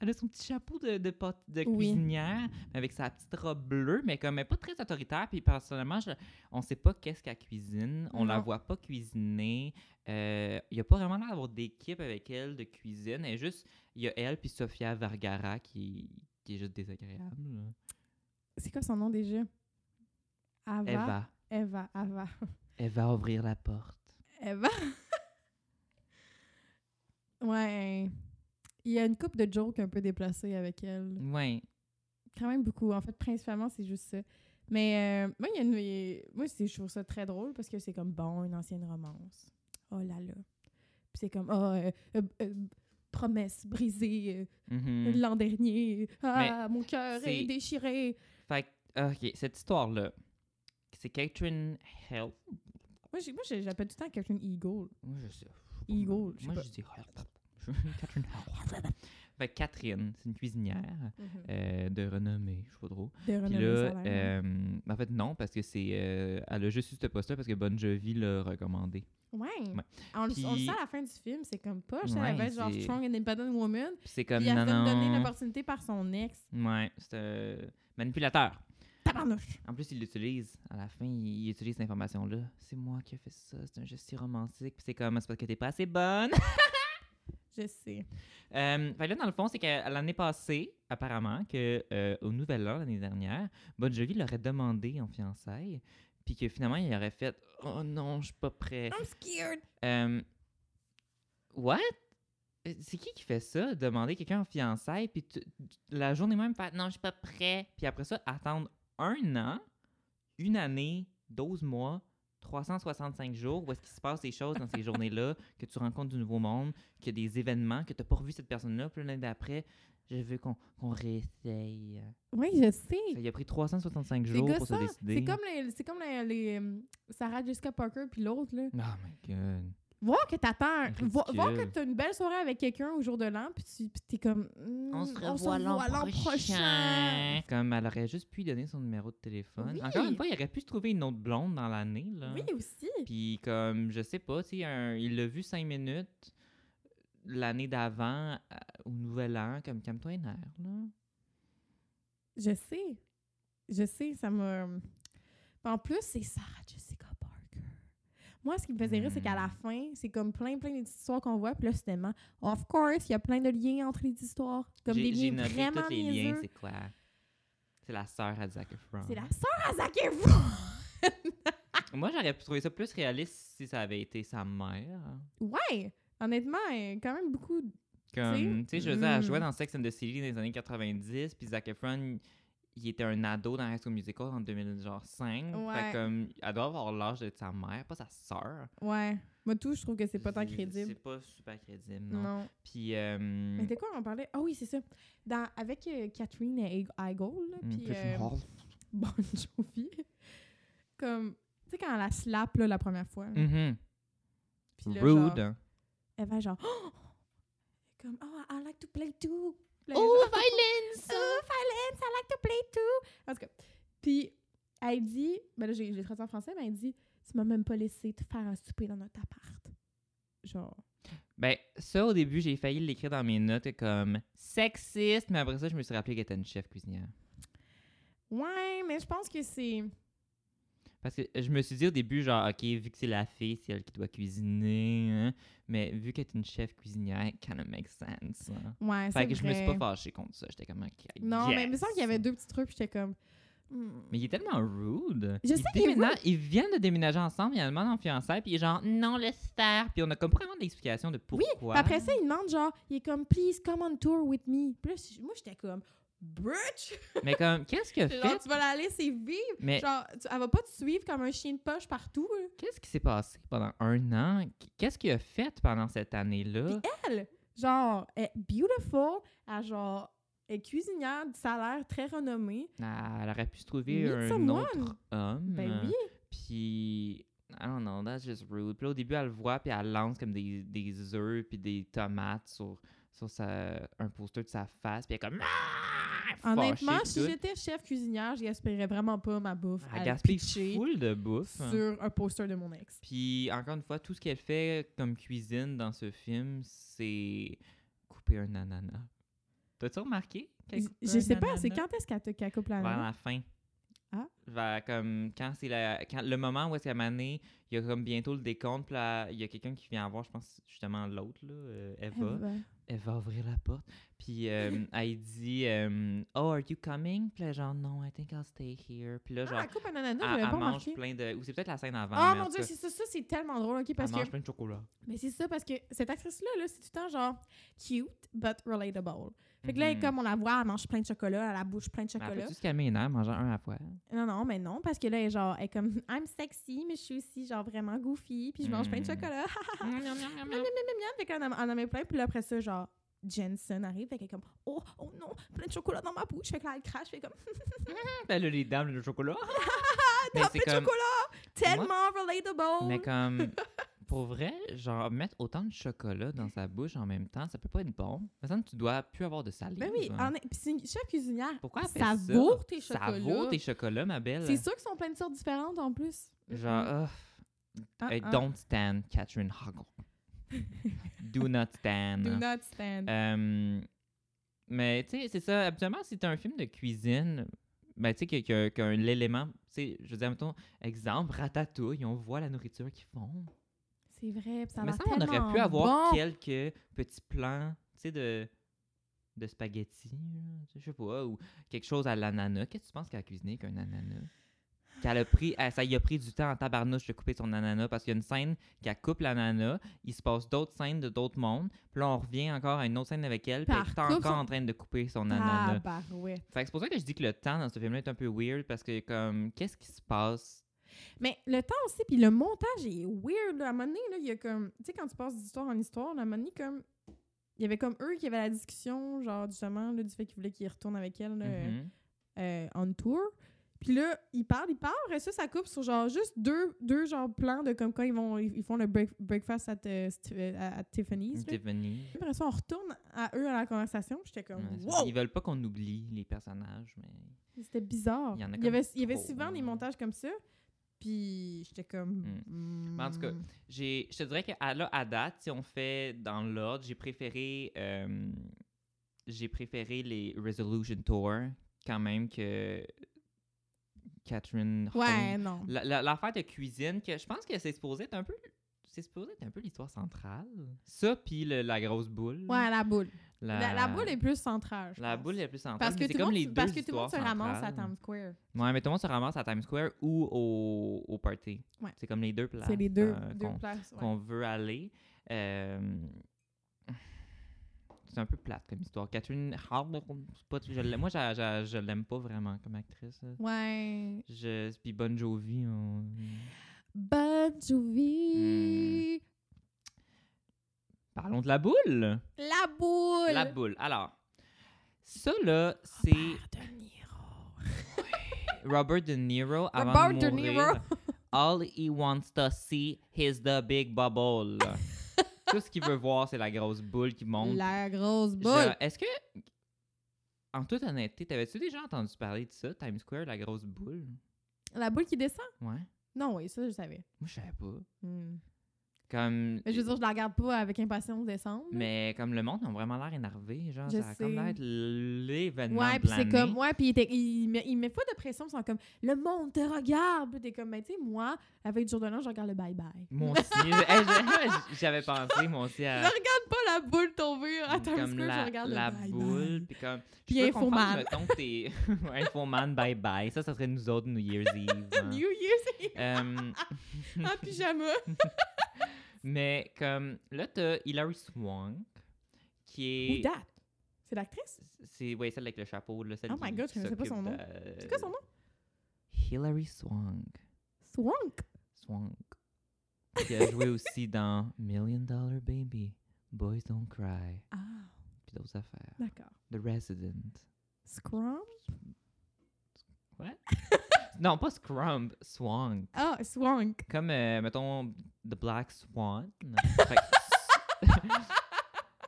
A: Elle a son petit chapeau de, de, pot- de
B: Oui.
A: cuisinière, mais avec sa petite robe bleue, mais comme elle est pas très autoritaire. Puis personnellement, je- on sait pas qu'est-ce qu'elle cuisine. On la
B: Non.
A: voit pas cuisiner. Euh, Il y a pas vraiment l'air d'avoir d'équipe avec elle de cuisine. Elle est juste, il y a elle puis Sofia Vergara qui, qui est juste désagréable. là.
B: C'est quoi son nom déjà? Ava?
A: Eva.
B: Eva, Ava.
A: Elle va ouvrir la porte.
B: Eva. ouais. Il y a une coupe de jokes un peu déplacées avec elle.
A: Ouais.
B: Quand même beaucoup. En fait, principalement, c'est juste ça. Mais euh, moi, il y a une- il- moi c'est- je trouve ça très drôle parce que c'est comme, bon, une ancienne romance. Oh là là. Puis c'est comme, ah, euh, euh, euh, promesse brisée euh,
A: Mhm.
B: l'an dernier. Ah, mon cœur est
A: c'est-
B: déchiré.
A: Fait que, euh, ok, cette histoire-là, c'est Catherine Hell.
B: Moi, j'ai- moi, j'ai- j'appelle tout le temps quelqu'un Eagle.
A: Moi, je sais.
B: Eagle, je sais
A: Moi,
B: pas.
A: je dis Hell. Catherine Hell. Fait que Catherine, c'est une cuisinière
B: Mhm.
A: euh, de renommée, je sais pas trop.
B: De
A: Puis
B: renommée,
A: là,
B: ça a l'air.
A: euh, en fait, non, parce que c'est. euh, elle a juste eu ce poste-là parce que Bon Jovi l'a recommandé.
B: Ouais. On, le- on le
A: Puis-
B: sent à la fin du film, c'est comme poche.
A: Ouais,
B: elle va être genre
A: c'est-
B: strong independent woman.
A: Puis c'est comme.
B: puis elle
A: Non,
B: se fait donner
A: non.
B: l'opportunité par son ex.
A: Ouais, c'est euh, manipulateur.
B: Tabarnouche!
A: En plus, il l'utilise. À la fin, il, il utilise cette information-là. C'est moi qui ai fait ça. C'est un geste si romantique. Puis c'est comme, c'est parce que t'es pas assez bonne.
B: Je sais.
A: Euh, fait que là, dans le fond, c'est qu'à l'année passée, apparemment, que euh, au Nouvel An, l'année dernière, Bon Jovi l'aurait demandé en fiançailles, puis que finalement, il aurait fait « Oh non, je suis pas prêt.
B: I'm scared!
A: Euh, What? Euh, C'est qui qui fait ça? Demander quelqu'un en fiançailles, puis tu- tu- la journée même, faire « Non, je suis pas prêt. » Puis après ça, attendre un an, une année, 12 mois, 365 jours, où est-ce qu'il se passe des choses dans ces journées-là, que tu rencontres du nouveau monde, qu'il y a des événements, que tu n'as pas revu cette personne-là, puis l'année d'après, je veux qu'on qu'on réessaye.
B: Oui, je
A: Ça,
B: sais.
A: il a pris 365
B: C'est
A: jours pour se
B: gossant.
A: décider.
B: C'est comme les, c'est comme les, les, euh, Sarah Jessica Parker puis l'autre là.
A: Oh my God.
B: Voir que t'attends,
A: Ridicule.
B: voir, voir que t'as une belle soirée avec quelqu'un au jour de l'an puis tu puis t'es comme hmm,
A: Mmh, On se revoit l'an prochain. Comme elle aurait juste pu lui donner son numéro de téléphone.
B: Oui.
A: Encore une fois, il aurait pu se trouver une autre blonde dans l'année. là.
B: Oui aussi.
A: Puis comme, je sais pas, tu sais, un- il l'a vu cinq minutes euh, l'année d'avant euh, au Nouvel An, comme calme-toi les nerfs, là.
B: Je sais. hum, Je sais, ça m'a. En plus, c'est Sarah Jessica Parker. Moi, ce qui me faisait rire, c'est qu'à la
A: Hmm.
B: fin, c'est comme plein, plein des petites histoires qu'on voit. Puis là, c'est tellement, of course, il y a plein de liens entre les histoires. Comme
A: J'ai-
B: des
A: J'ai
B: liens
A: noté
B: vraiment
A: tous les liens,
B: niaiseux.
A: c'est hein. quoi? C'est la sœur à Zac Efron.
B: C'est la sœur à Zac Efron!
A: Moi, j'aurais pu trouver ça plus réaliste si ça avait été sa mère.
B: ouais! Honnêtement, euh, quand même beaucoup.
A: Comme, tu sais, je veux dire, elle
B: hmm.
A: jouait dans Sex and the City dans les années 90, puis Zac Efron, il était un ado dans High School Musical en 2005.
B: Ouais.
A: Fait comme, elle doit avoir l'âge de sa mère, pas sa sœur.
B: Ouais. Moi, tout, je trouve que c'est pas tant
A: J'ai-
B: crédible.
A: C'est pas super crédible, non.
B: Non.
A: Puis, euh,
B: Mais de quoi on parlait? Ah oui, c'est ça. Dans, avec euh, Catherine Hig- Heigl, là,
A: hmm,
B: puis
A: Kristen
B: euh,
A: Hall.
B: Bon Jovi. Comme, tu sais, quand elle la slap, là, la première fois. là,
A: Mhm.
B: puis là,
A: Rude.
B: genre, elle va genre... Oh! Comme, oh, I like to play too. Là,
A: Oh,
B: genre,
A: violence!
B: Oh, violence, I like to play too. En tout cas. Puis, elle dit... Ben là, j'ai j'ai traduit en français, mais elle dit... Tu m'as même pas laissé te faire un souper dans notre appart. Genre...
A: Ben, ça, au début, j'ai failli l'écrire dans mes notes comme sexiste, mais après ça, je me suis rappelé qu'elle était une chef cuisinière.
B: Ouais, mais je pense que c'est...
A: Parce que je me suis dit au début, genre, OK, vu que c'est la fille, c'est elle qui doit cuisiner, hein, mais vu qu'elle est une chef cuisinière, it kind of makes sense. hein.
B: Ouais, c'est
A: Fait que je me suis pas
B: vrai.
A: fâchée contre ça. J'étais comme, OK,
B: Non, mais
A: yes.
B: il me semble qu'il y avait deux petits trucs, puis j'étais comme... hmm.
A: Mais il est tellement rude.
B: Je
A: Il
B: sais qu'il est
A: déménage- Ils viennent de déménager ensemble, il demande en fiançailles, puis il est genre, non, laisse faire. Puis on a comme vraiment l'explication de
B: Oui,
A: pourquoi.
B: Puis après ça, il demande genre, il est comme, please come on tour with me. Puis là, j- moi, j'étais comme, bitch!
A: Mais comme, qu'est-ce que
B: Genre,
A: fait?
B: tu vas la laisser vivre.
A: Mais
B: Genre, tu- elle va pas te suivre comme un chien de poche partout. hein. là.
A: Qu'est-ce qui s'est passé pendant un an? Qu'est-ce qu'il a fait pendant cette année-là?
B: Genre, elle est beautiful, elle, genre, elle est cuisinière, du salaire très renommé.
A: Ah, Elle aurait pu se trouver
B: Meet
A: un
B: someone.
A: autre homme. hein.
B: Ben oui.
A: Puis, I don't know, that's just rude. Puis là, au début, elle le voit, puis elle lance comme des, des œufs, puis des tomates sur, sur sa, un poster de sa face, puis elle est comme... Ah! Fâchée,
B: Honnêtement,
A: puis
B: si
A: tout. Ah,
B: j'étais chef cuisinière, j'y espérais vraiment pas ma bouffe. à
A: Elle
B: le
A: gaspille
B: pitcher
A: full de bouffe. hein.
B: sur un poster de mon ex.
A: Puis, encore une fois, tout ce qu'elle fait comme cuisine dans ce film, c'est couper un ananas. T'as-tu remarqué? qu'elle
B: Je
A: coupe
B: je
A: un
B: sais pas, c'est
A: ananas?
B: quand est-ce qu'elle te- qu'elle coupe la
A: vers
B: main?
A: la fin.
B: Ah.
A: Vers comme quand c'est la- quand- le moment où est-ce qu'à Mané, il y a comme bientôt le décompte, puis là, il y a quelqu'un qui vient voir, je pense justement l'autre là, euh, Eva. Elle va ouvrir la porte, puis euh, elle dit euh, "Oh, are you coming?" Puis là, genre "Non, I think I'll stay here." Puis là genre
B: Ah, elle coupe un ananas,
A: elle,
B: j'avais
A: elle
B: pas
A: mange
B: remarqué.
A: plein de ou c'est peut-être la scène avant.
B: Ah
A: mais en
B: mon
A: tout
B: dieu,
A: cas,
B: c'est ça, ça c'est tellement drôle, ok, parce
A: elle mange
B: que
A: plein de chocolat.
B: Mais c'est ça parce que cette actrice-là, là, c'est tout le temps genre cute but relatable. Fait que là, elle est
A: Mm-hmm. Mhm.
B: comme on la voit, elle mange plein de chocolat, elle a la bouche plein de chocolat.
A: tu se calmer les nerfs, mangeant un à la fois.
B: Non, non, mais non, parce que là, elle est genre, elle est comme I'm sexy, mais je suis aussi genre vraiment goofy, puis je mange plein de
A: Mm.
B: chocolat. Miam, miam, miam, miam. fait qu'on en- on en met plein, puis là, après ça, genre Jensen arrive, fait qu'elle est comme oh, oh non, plein de chocolat dans ma bouche, fait que là, elle crache, fait comme
A: Ben là, les dames, le chocolat. Mais
B: ah,
A: Ben, c'est
B: plein de
A: comme-
B: chocolat, tellement relatable.
A: Mais comme, pour vrai, genre, mettre autant de chocolat dans sa bouche en même temps, ça peut pas être bon. Mais ça, tu dois plus avoir de salive.
B: Ben oui,
A: hein.
B: en- puis c'est une chef cuisinière.
A: Pourquoi elle fait ça?
B: Savoure tes
A: Ça
B: chocolats.
A: vaut tes chocolats, ma belle.
B: C'est sûr qu'ils sont plein de sortes différentes en plus.
A: Genre, ah,
B: Ah,
A: I
B: ah.
A: don't stand Catherine Hoggle. Do not stand.
B: Do not stand.
A: hein. Euh, mais tu sais, c'est ça. Habituellement, si t'as un film de cuisine, ben tu sais, qu'il y a- qu'il y a un élément, tu sais, je veux dire, mettons, exemple, ratatouille, on voit la nourriture qu'ils font.
B: c'est vrai, pis ça a
A: Mais
B: l'air
A: ça, on aurait pu
B: tellement
A: avoir
B: bon.
A: quelques petits plans, tu sais, de, de spaghettis, là, tu sais, je sais pas, ou quelque chose à l'ananas. Qu'est-ce que tu penses qu'elle a cuisiné qu'un ananas? Qu'elle a pris, elle- ça y a pris du temps en tabarnouche de couper son ananas parce qu'il y a une scène qu'elle coupe l'ananas, il se passe d'autres scènes de d'autres mondes, puis là on revient encore à une autre scène avec elle, puis elle
B: Par
A: est
B: coupe
A: encore
B: son-
A: en train de couper
B: Ah,
A: son ananas.
B: Tabarouette.
A: Fait que c'est pour ça que je dis que le temps dans ce film-là est un peu weird parce que comme qu'est-ce qui se passe?
B: Mais le temps aussi, puis le montage est weird. Là. À un moment donné, là, il y a comme. Tu sais, quand tu passes d'histoire en histoire, là, à un moment donné, comme. Il y avait comme eux qui avaient la discussion, genre, justement, là, du fait qu'ils voulaient qu'ils retournent avec elle là,
A: Mhm.
B: euh, on tour. Puis là, ils parlent, ils parlent, et ça, ça coupe sur genre juste deux, deux genre plans de comme quand ils vont ils font le break- breakfast at, euh, Sti- à, à Tiffany's. là.
A: Tiffany.
B: Après ça, on retourne à eux à la conversation. puis J'étais comme
A: Ouais, c'est-
B: Wow!
A: Ils veulent pas qu'on oublie les personnages, mais.
B: C'était bizarre.
A: Il y en a
B: y
A: comme
B: avait, il y avait
A: trop,
B: souvent des
A: là.
B: montages comme ça. Puis j'étais comme.
A: Mais Ben, en tout cas,
B: hmm.
A: J'ai, je te dirais que à, là, à date, si on fait dans l'ordre, j'ai préféré, euh, j'ai préféré les Resolution Tour quand même que Catherine
B: Ouais,
A: Hahn.
B: non.
A: La- la- L'affaire de cuisine, que je pense que c'est supposé être un peu. C'est supposé être un peu l'histoire centrale. Ça, puis le- la grosse boule.
B: Ouais, la boule. La, la boule est plus centrale. je
A: La
B: pense.
A: boule est plus centrale.
B: Parce
A: mais
B: que,
A: c'est
B: tout le
A: comme
B: monde,
A: les
B: se-
A: deux
B: parce que tout le monde se
A: histoires
B: ramasse à
A: centrales.
B: Times Square.
A: Ouais, mais tout le monde se ramasse à Times Square ou au, au party.
B: Ouais.
A: C'est comme les deux places
B: C'est les deux,
A: euh,
B: deux
A: qu'on
B: places. ouais.
A: qu'on veut aller. Euh, C'est un peu plate comme histoire. Catherine Hahn, c'est pas- je l'aime- moi, j'a- j'a- je l'aime pas vraiment comme actrice. là.
B: Ouais.
A: Je, puis Bon Jovi, on- Hmm.
B: Bon Jovi.
A: parlons de la boule.
B: La boule. Ah,
A: La boule. Alors, ça là, c'est
B: Robert De Niro.
A: Robert De Niro avant
B: Robert
A: de
B: De
A: mourir.
B: Niro.
A: All he wants to see is the big bubble. Tout ce qu'il veut voir, c'est la grosse boule qui monte.
B: La grosse
A: Je-
B: boule.
A: Est-ce que, en toute honnêteté, t'avais-tu déjà entendu parler de ça, Times Square, la grosse boule?
B: La boule qui descend?
A: Ouais.
B: Non, oui, ça, je savais.
A: Moi, je savais pas.
B: Hmm.
A: Comme.
B: Mais je veux dire, je la regarde pas avec impatience descendre.
A: mais comme le monde a vraiment l'air énervé, genre,
B: Je
A: ça a comme
B: sais.
A: l'air d'être l'événement
B: Ouais,
A: de
B: puis c'est
A: l'année.
B: comme, ouais, puis il, était- il, met, il met pas de pression, c'est comme, le monde te regarde, puis t'es comme, mais tu sais, moi, avec jour de l'an, je regarde le bye-bye.
A: Moi aussi, hey, j'ai- j'avais pensé, moi aussi,
B: Je
A: à...
B: regarde pas la boule tomber à Times
A: comme
B: Square,
A: la,
B: je regarde
A: la
B: le bye-bye.
A: boule, puis comme...
B: Puis
A: je peux comprendre,
B: Infoman.
A: mettons que t'es... Infoman, bye-bye. Ça, ça serait nous autres, New Year's Eve. hein.
B: New Year's Eve
A: Euh,
B: en pyjama.
A: mais comme, là, t'as Hilary Swank, qui
B: Who
A: est...
B: dat? C'est l'actrice?
A: C'est, ouais, celle avec le chapeau, là, celle
B: Oh my
A: qui-
B: God,
A: qui
B: je connaissais pas son
A: s'occupe
B: nom.
A: de-
B: C'est quoi son nom?
A: Hilary Swank.
B: Swank.
A: Swank. Qui a joué aussi dans Million Dollar Baby, Boys Don't Cry,
B: Ah,
A: puis d'autres affaires.
B: d'accord.
A: The Resident.
B: Scrum?
A: Non, pas Scrump, Swank.
B: Ah, Swank.
A: Comme, euh, mettons, The Black Swan. Fait que-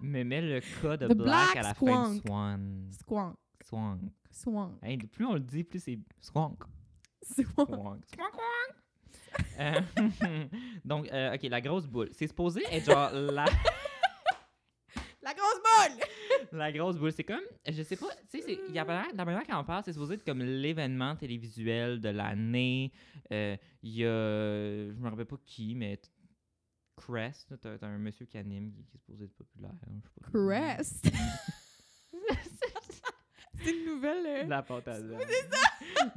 A: Mais mets le cas de
B: The
A: black,
B: Black
A: à la fin
B: Swank.
A: de Swan.
B: Swank.
A: Swank.
B: Swank.
A: Hey, plus on le dit, plus c'est Swank.
B: Swank.
A: Swank. Swank, swank. Euh, donc, euh, OK, la grosse boule. C'est supposé être genre la,
B: La grosse boule!
A: la grosse boule. C'est comme, je sais pas, tu sais, c'est- il y
B: Hmm.
A: a pas l'air- la manière qu'on en parle, c'est supposé être comme l'événement télévisuel de l'année. Euh, Il y a, je me rappelle pas qui, mais t- Crest, là, t'as t'as un monsieur qui anime qui, qui est supposé être populaire. hein, je sais pas.
B: Crest. C'est une nouvelle. euh,
A: La pâte à zèbre.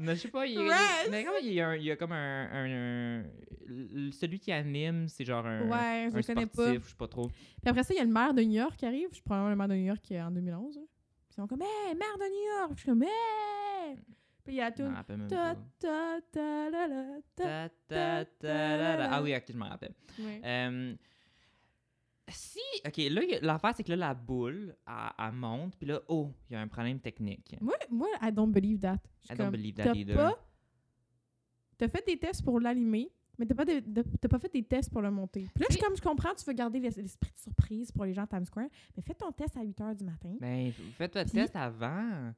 A: Non, je sais pas, il y a- il y a,
B: Rest.
A: mais comment il y a, un- il y a comme un, un- un- l- Celui qui anime, c'est genre un.
B: Ouais, je
A: un
B: le connais
A: sportif,
B: pas.
A: Je sais pas trop.
B: Puis après ça, il y a le maire de New York qui arrive. Je suis probablement le maire de New York qui est en 2011. là. hein. Puis ils sont comme, hé, maire de New York! Puis je suis comme, hé! Puis il y a
A: Je
B: tout.
A: m'en rappelle même
B: Ta,
A: pas.
B: ta, ta, la, la, ta.
A: Ah, Ta, ta, ta, la, la. Ah oui, ok, je m'en rappelle.
B: Ouais.
A: Euh, si, ok, là, il y a- l'affaire, c'est que là, la boule, elle, elle monte, puis là, oh, il y a un problème technique.
B: Moi, moi, I don't believe that. Je suis
A: I don't
B: comme,
A: believe that
B: t'as
A: either.
B: pas- T'as fait des tests pour l'allumer, mais t'as pas, de- de- t'as pas fait des tests pour le monter. Puis là, je suis comme, je comprends, tu veux garder l'es- l'esprit de surprise pour les gens à Times Square, mais fais ton test à 8 h du matin,
A: Ben, f- faites votre
B: Puis-
A: test avant.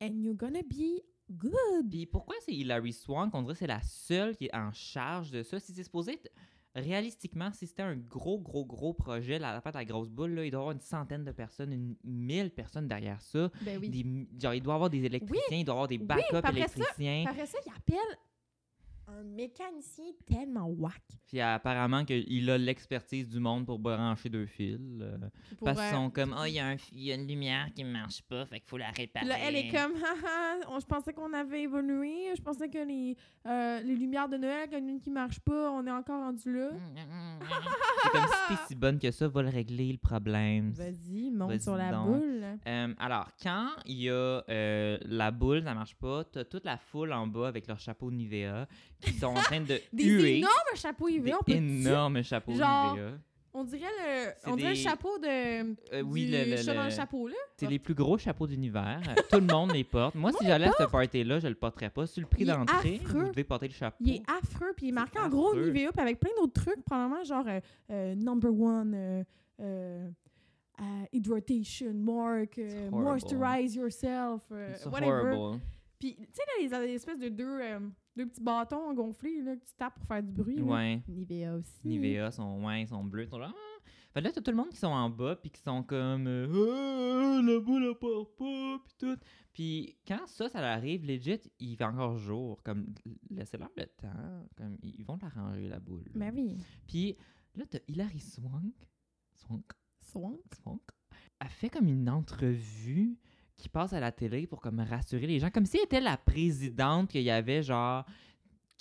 B: and you're gonna be good.
A: Puis pourquoi c'est Hilary Swank? On dirait que c'est la seule qui est en charge de ça. Si c'est supposé être- réalistiquement, si c'était un gros, gros, gros projet, la affaire de la grosse boule, là, il doit y avoir une centaine de personnes, une mille personnes derrière ça.
B: Ben
A: Des m- genre, il doit y avoir des électriciens, il doit y avoir des
B: Oui,
A: backups
B: puis après ça-
A: électriciens.
B: Après ça, il appelle un mécanicien tellement whack.
A: Puis apparemment qu'il a l'expertise du monde pour brancher deux fils. euh, parce qu'ils sont comme, oh, il y, a un f- il y a une lumière qui ne marche pas, fait qu'il faut la réparer.
B: Là, elle est comme, haha, on- je pensais qu'on avait évolué, je pensais que les, euh, les lumières de Noël, qu'il y en a une qui marche pas, on est encore rendu là.
A: Hmm. C'est comme si t'es si bonne que ça, va le régler le problème.
B: Vas-y, monte
A: Vas-y
B: sur la
A: donc.
B: boule.
A: Euh, alors, quand il y a euh, la boule, ça marche pas, t'as toute la foule en bas avec leur chapeau Nivea, qui sont en train de
B: Des
A: huer.
B: énormes chapeaux UV,
A: des
B: on peut dire.
A: énormes chapeaux
B: Genre,
A: Nivea.
B: On dirait le,
A: C'est
B: on dirait
A: des-
B: le chapeau de.
A: Euh, oui,
B: du
A: le- le-
B: chat dans le
A: le-
B: chapeau, là.
A: C'est les plus gros chapeaux d'univers. Euh, Tout le monde les porte. Moi, si j'allais à ce party-là, je le porterais pas. Sur le prix
B: Il est
A: d'entrée,
B: affreux.
A: vous devez porter le chapeau.
B: Il est affreux, puis il est
A: Oh. C'est
B: marqué en gros
A: affreux.
B: Nivea, puis avec plein d'autres trucs, probablement genre euh, euh, number one, euh, euh, euh, hydratation, mark, euh,
A: horrible.
B: moisturize yourself, euh,
A: It's
B: whatever.
A: horrible.
B: Puis, tu sais, là, les espèces de deux, euh, Deux petits bâtons gonflés là, que tu tapes pour faire du bruit. là.
A: Ouais.
B: Nivea aussi.
A: Nivea sont, ouais, ils sont bleus, ils sont là. Ah! Fait que là, t'as tout le monde qui sont en bas, puis qui sont comme. euh, Ah, la boule, elle part pas, puis tout. Puis quand ça, ça leur arrive, legit, il fait encore jour. Comme, laissez-leur le temps. Comme, ils ils vont l'arranger, la boule.
B: Ben oui.
A: Puis là, t'as Hilary Swank. Swank.
B: Swank.
A: Swank. Elle fait comme une entrevue qui passe à la télé pour comme rassurer les gens. Comme si elle était la présidente qu'il y avait genre.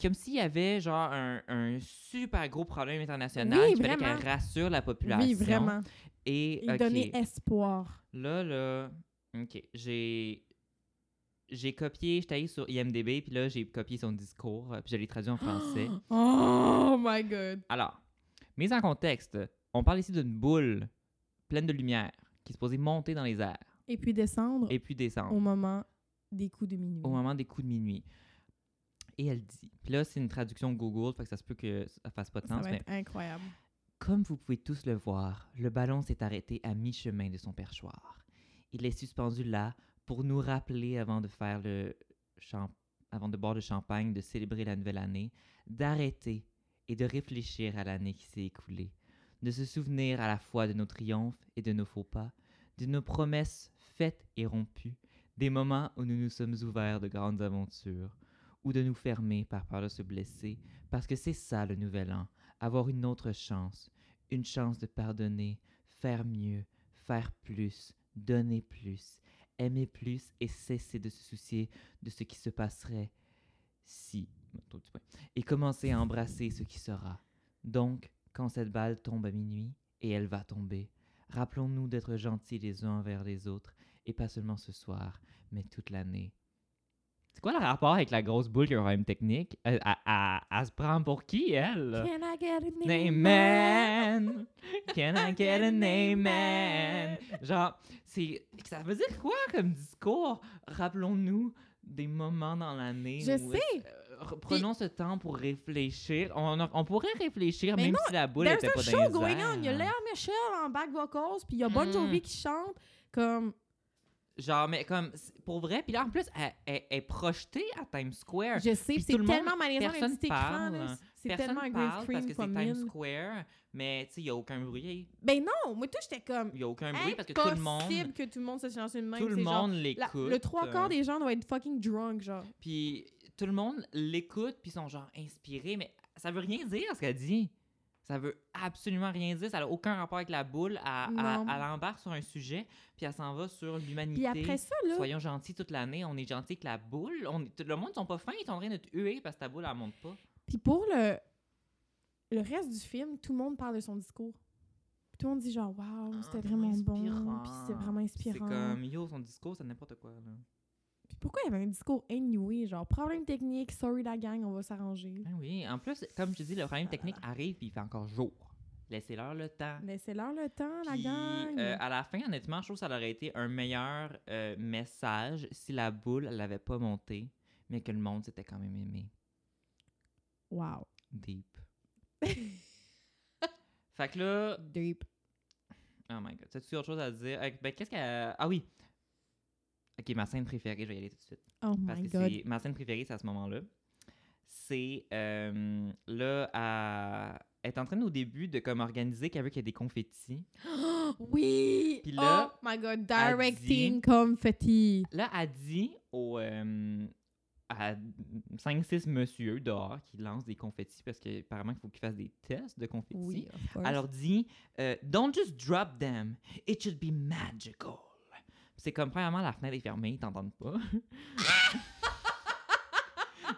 A: Comme s'il y avait genre un, un super gros problème international.
B: Oui,
A: qu'il fallait
B: vraiment.
A: qu'elle rassure la population.
B: Oui, vraiment.
A: Et
B: Il
A: ok,
B: donnait espoir.
A: là, là. OK. J'ai. J'ai copié, j'étais allée sur IMDB, puis là, j'ai copié son discours, euh, puis je l'ai traduit en français.
B: Oh my god.
A: Alors, mise en contexte, on parle ici d'une boule pleine de lumière qui se posait monter dans les airs
B: Et puis descendre
A: et puis descendre
B: au moment des coups de minuit.
A: au moment des coups de minuit. Et elle dit, puis là c'est une traduction Google, fait que ça se peut que ça fasse pas de
B: Ça
A: sens,
B: va
A: mais
B: être incroyable.
A: comme vous pouvez tous le voir, le ballon s'est arrêté à mi-chemin de son perchoir. Il est suspendu là pour nous rappeler avant de faire le champ- avant de boire le champagne, de célébrer la nouvelle année, d'arrêter et de réfléchir à l'année qui s'est écoulée, de se souvenir à la fois de nos triomphes et de nos faux pas, de nos promesses faites et rompues, des moments où nous nous sommes ouverts de grandes aventures, ou de nous fermer par peur de se blesser, parce que c'est ça le nouvel an, avoir une autre chance, une chance de pardonner, faire mieux, faire plus, donner plus, aimer plus et cesser de se soucier de ce qui se passerait si Attends, petit point. et commencer à embrasser ce qui sera. Donc, quand cette balle tombe à minuit, et elle va tomber, rappelons-nous d'être gentils les uns envers les autres, et pas seulement ce soir, mais toute l'année. C'est quoi le rapport avec la grosse boule qui a un problème technique? Euh, Elle, elle- elle- elle se prend pour qui, elle?
B: Can I get a name?
A: Amen. Can I get an amen? Genre, c'est ça veut dire quoi comme discours? Rappelons-nous des moments dans l'année.
B: Je
A: où-
B: sais.
A: euh, re- prenons ce temps pour réfléchir. On, a- on pourrait réfléchir
B: Mais
A: même
B: non,
A: si la boule
B: There's
A: n'était
B: a
A: pas dans
B: show
A: les
B: going
A: airs.
B: on. Il y a Léa Michel en back vocals, puis il y a Bon
A: Mm.
B: Jovi qui chante comme
A: Genre, mais comme c'est- pour vrai, puis là en plus, elle, elle- elle est projetée à Times Square.
B: je sais,
A: Puis
B: puis c'est
A: tout le monde-
B: tellement malaisant
A: personne
B: un petit écran.
A: parle.
B: là. C'est
A: Personne
B: tellement un green
A: parle parce
B: screen
A: que c'est
B: comme
A: Times
B: mille.
A: Square, mais tu sais, il y a aucun bruit.
B: Ben non, moi tout j'étais comme
A: Il y a aucun bruit parce que tout le
B: impossible
A: monde,
B: que tout le monde se lance une main.
A: tout le
B: c'est genre,
A: monde euh,
B: la-
A: l'écoute.
B: le trois quarts des gens doivent être fucking drunk genre.
A: Puis tout le monde l'écoute, puis ils sont genre inspirés, mais ça veut rien dire ce qu'elle dit. Ça veut absolument rien dire. Ça n'a aucun rapport avec la boule. Elle, elle-
B: Non.
A: elle embarque sur un sujet, puis elle s'en va sur
B: Puis
A: l'humanité.
B: après ça là,
A: Soyons gentils toute l'année, on est gentils avec la boule. On est- tout le monde, ils sont pas fins, ils sont en train de te huer parce que ta boule, elle monte pas.
B: Puis pour le, le reste du film, tout le monde parle de son discours. Puis tout le monde dit genre waouh,
A: Ah,
B: c'était
A: tellement
B: vraiment bon,
A: inspirant.
B: puis c'est vraiment inspirant.
A: C'est comme, yo, son discours, c'est n'importe quoi. Là.
B: Puis pourquoi il y avait un discours anyway, genre problème technique, sorry la gang, on va s'arranger.
A: Ah oui, en plus, comme je te dis, le problème technique arrive, puis il fait encore jour. Laissez-leur le temps.
B: Laissez-leur le temps, la
A: Puis,
B: gang.
A: euh, à la fin, honnêtement, je trouve que ça aurait été un meilleur euh, message si la boule, elle l'avait pas montée, mais que le monde s'était quand même aimé.
B: Wow.
A: Deep. fait que là,
B: Deep.
A: oh my god, t'as-tu autre chose à dire? Euh, ben, qu'est-ce qu'elle. Ah oui! Ok, ma scène préférée, je vais y aller tout de suite.
B: Oh
A: Parce
B: my
A: que
B: god.
A: c'est ma scène préférée, c'est à ce moment-là. C'est euh, là, à... elle est en train au début de comme organiser qu'elle veut qu'il y ait des confettis.
B: Oh, Oui!
A: Puis là,
B: oh my god,
A: elle
B: directing
A: dit-
B: confetti.
A: Là, elle dit aux euh, à 5-6 monsieur dehors qui lancent des confettis parce qu'apparemment, il faut qu'ils fassent des tests de confettis.
B: Oui, of course.
A: Alors dit euh, Don't just drop them, it should be magical. C'est comme, premièrement, la fenêtre est fermée, ils t'entendent pas.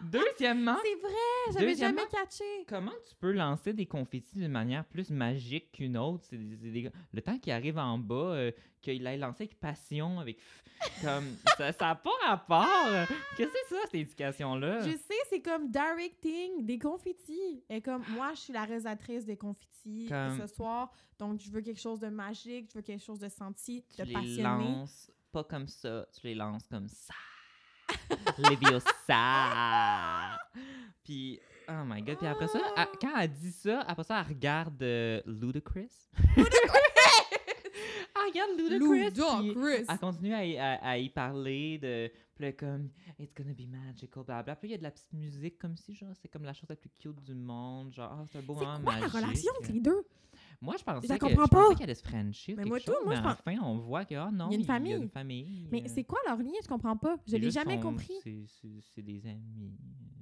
A: Deuxièmement,
B: Ah, c'est vrai, j'avais
A: Deuxièmement-
B: jamais catché.
A: comment tu peux lancer des confettis d'une manière plus magique qu'une autre? C'est des- c'est des- Le temps qu'il arrive en bas, euh, qu'il l'aille lancer avec passion, avec. f- Comme, ça n'a pas rapport! Qu'est-ce que c'est ça, cette éducation-là?
B: Je sais, c'est comme directing des confettis. Et comme moi, je suis la réalisatrice des confettis
A: Ah. Comme-
B: ce soir, donc je veux quelque chose de magique, je veux quelque chose de senti,
A: Tu
B: de
A: les
B: passionné.
A: lances pas comme ça, tu les lances comme ça. Leviosa! Puis, oh my god, puis après ça, elle- quand elle dit ça, après ça, elle regarde euh, Ludacris. Ludacris! regarde Ludacris. puis- Elle continue à, y- à- à y parler de. Puis là, comme, it's gonna be magical, blablabla. Puis il y a de la petite musique comme si, genre, c'est comme la chose la plus cute du monde. Genre, ah, c'est un beau
B: C'est
A: moment
B: quoi la
A: magique.
B: relation entre les deux?
A: Moi, je pensais
B: Je la
A: que-
B: comprends
A: je pensais
B: pas.
A: qu'elle allait se friendship.
B: Mais
A: quelque
B: moi, tout,
A: chose,
B: moi,
A: mais
B: je pense-
A: enfin, on voit que, ah non,
B: Il y a une
A: Il y a
B: famille.
A: une famille.
B: Mais
A: euh,
B: c'est quoi leur lien? Je comprends pas. Je
A: c'est
B: l'ai
A: juste
B: jamais
A: son-
B: compris.
A: c'est- C'est c'est des amis.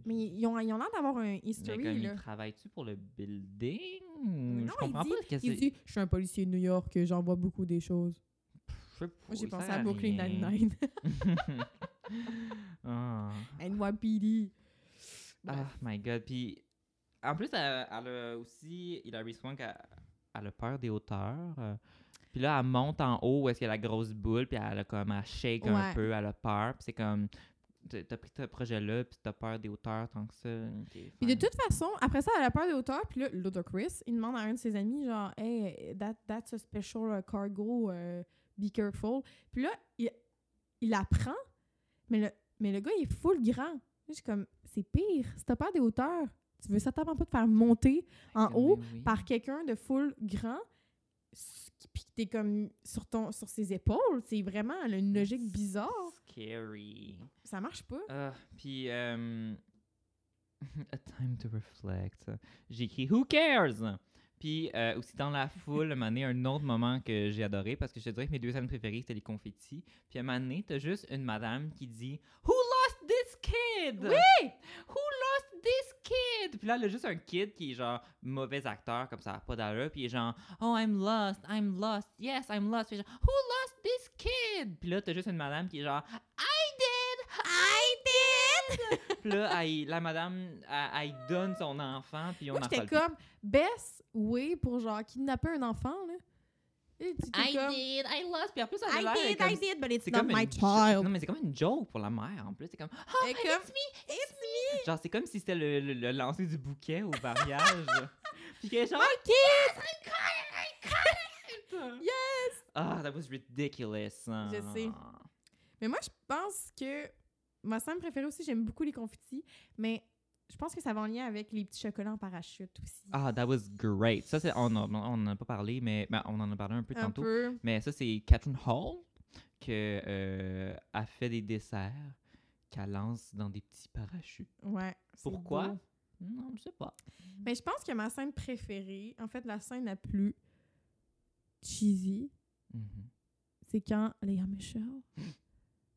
B: Mais ils ont ils ont l'air d'avoir un
A: Mais
B: history,
A: comme,
B: là.
A: ils travaillent-tu pour le building?
B: Non,
A: je comprends
B: il
A: pas ce que
B: Il
A: c'est.
B: dit, je suis un policier de New York, j'en vois beaucoup des choses.
A: Je sais pas,
B: Moi, j'ai
A: Oh, ça
B: pensé
A: sert
B: à Brooklyn
A: rien.
B: Nine-Nine.
A: Ah.
B: NYPD.
A: Ah, my God. Puis, en plus, elle, elle a aussi Hilary Swank, elle, elle a peur des hauteurs. euh. Puis là, elle monte en haut où est-ce qu'il y a la grosse boule, puis elle a comme, elle shake un
B: Ouais.
A: peu, elle a peur. Puis c'est comme, t'as t'as pris ce projet-là, puis t'as peur des hauteurs tant que ça. ok,
B: Puis de
A: fine.
B: toute façon, après ça, elle a peur des hauteurs. Puis là, Ludacris, il demande à un de ses amis, genre, hey, that, that's a special uh, cargo, uh, be careful. Puis là, il, il apprend, mais le, mais le gars, il est full grand. Là, Je suis comme, c'est pire. Si t'as peur des hauteurs, tu veux certainement pas te faire monter en
A: Comme,
B: haut
A: mais oui.
B: par quelqu'un de full grand, s- puis que t'es comme sur, ton, sur ses épaules. C'est vraiment elle a une logique bizarre.
A: Scary.
B: Ça marche pas.
A: Ah, puis, euh, A Time to Reflect. J'ai écrit Who Cares? Puis euh, aussi dans la foule, à un moment donné, un autre moment que j'ai adoré, parce que je te dirais que mes deux scènes préférées, c'était les confettis. Puis à un moment donné, t'as juste une madame qui dit Who lost this kid? Oui! Who lost this kid? Puis là, elle a juste un kid qui est genre mauvais acteur, comme ça, pas d'allure, puis il est genre Oh, I'm lost, I'm lost, yes, I'm lost. Puis genre Who lost this kid? Puis là, t'as juste une madame qui est genre I did! I did! Puis là, elle- la madame, elle, elle donne son enfant, puis on
B: Moi,
A: en
B: j'étais
A: parle
B: comme, Bess, oui, pour genre kidnapper un enfant, là. Et tu t'es
A: I
B: comme, Ah,
A: did, I lost. Puis en plus, elle a
B: I
A: l'air
B: did,
A: comme-
B: I did, but it's
A: C'est
B: not
A: comme
B: my
A: une jo-
B: child.
A: Non, mais c'est comme une joke pour la mère en plus. C'est comme
B: Et
A: Oh,
B: comme,
A: it's me, it's me. Genre, c'est comme si c'était le, le- le lancer du bouquet au mariage. Puis qu'elle est genre
B: My kid!
A: Yes! Ah, that was ridiculous. Ah.
B: Je sais. Mais moi, je pense que ma scène préférée aussi, j'aime beaucoup les confettis, mais je pense que ça va en lien avec les petits chocolats en parachute aussi.
A: Ah, that was great. Ça, c'est, on n'en on en a pas parlé, mais ben, on en a parlé un peu
B: un
A: tantôt.
B: peu.
A: Mais ça, c'est Catherine Hall que euh, a fait des desserts qu'elle lance dans des petits parachutes.
B: Ouais. c'est
A: Pourquoi?
B: beau.
A: Non, je sais pas.
B: Mais Ben, je pense que ma scène préférée, en fait, la scène la plus cheesy,
A: Mhm.
B: Mm-hmm. c'est quand Léa Michel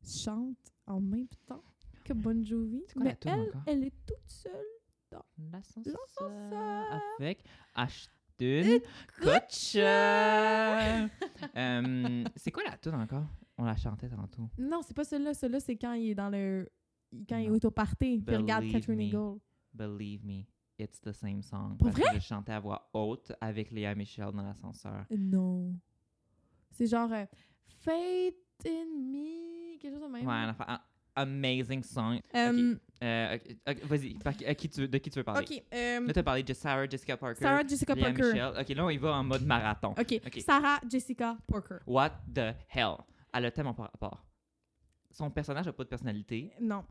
B: chante en même temps que Bon Jovi.
A: quoi la
B: mais
A: toune
B: elle,
A: encore?
B: elle est toute seule.
A: L'ascenseur
B: L'ascenseur.
A: euh, avec Ashton Kutcher. Euh, c'est quoi la tune encore? On la chantait tantôt.
B: Non, c'est pas celle-là. Celle-là, c'est quand il est dans le. il- Quand il est
A: Non.
B: autoparté, puis il regarde
A: Believe
B: Catherine
A: me.
B: Eagle.
A: Believe me, it's the same song.
B: Pour
A: parce que je chantais à voix haute avec Léa Michel dans l'ascenseur.
B: Euh, Non. C'est genre euh, Fate in me, quelque chose de
A: Ouais,
B: même.
A: un affaire- un amazing song.
B: Euh,
A: Euh, ok, ok, Vas-y, par- à qui tu veux- de qui tu veux parler?
B: ok. euh,
A: Là, t'as parlé de Sarah Jessica Parker.
B: Sarah Jessica
A: Léa
B: Parker.
A: Michel. Ok, là, on y va en mode marathon.
B: Ok.
A: Ok.
B: Sarah Jessica Parker.
A: What the hell? Elle a tellement pas rapport. Son personnage a pas de personnalité.
B: Non.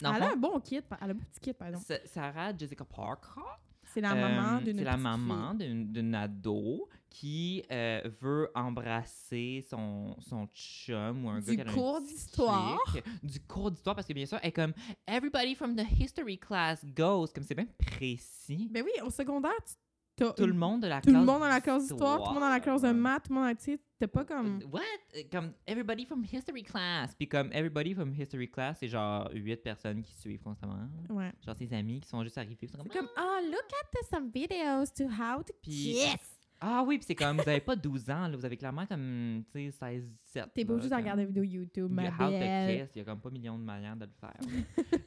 A: Dans le
B: elle a
A: fond,
B: un bon kit. par- Elle a un petit kit, pardon.
A: Sa- Sarah Jessica Parker,
B: C'est la
A: euh,
B: maman d'une.
A: c'est la
B: petite
A: maman d'une d'une ado qui euh, veut embrasser son, son chum ou un
B: Du
A: gars qui a un
B: cours
A: petit
B: d'histoire.
A: kick. Du cours d'histoire, parce que bien sûr, elle est comme Everybody from the history class goes. Comme c'est bien précis.
B: fille. Ben oui, au secondaire, tu- t'as
A: Tout le monde de la
B: Tout
A: classe.
B: le monde dans la classe d'histoire, tout le monde dans la classe de maths, tout le monde, tu sais, t'es pas comme.
A: What? Euh, Comme everybody from history class. Puis comme everybody from history class, c'est genre huit personnes qui suivent constamment.
B: Ouais.
A: Genre ses amis qui sont juste arrivés. Ils sont comme,
B: C'est comme, oh, look at some videos to how to
A: Puis-
B: kiss.
A: Ah oui, puis c'est comme, vous avez pas 12 ans, là, vous avez clairement comme, tu sais, 16, 17.
B: T'es pas
A: là,
B: obligé de
A: comme-
B: regarder des vidéos YouTube, ma
A: You have to
B: belle.
A: kiss, il y a comme pas million de manières de le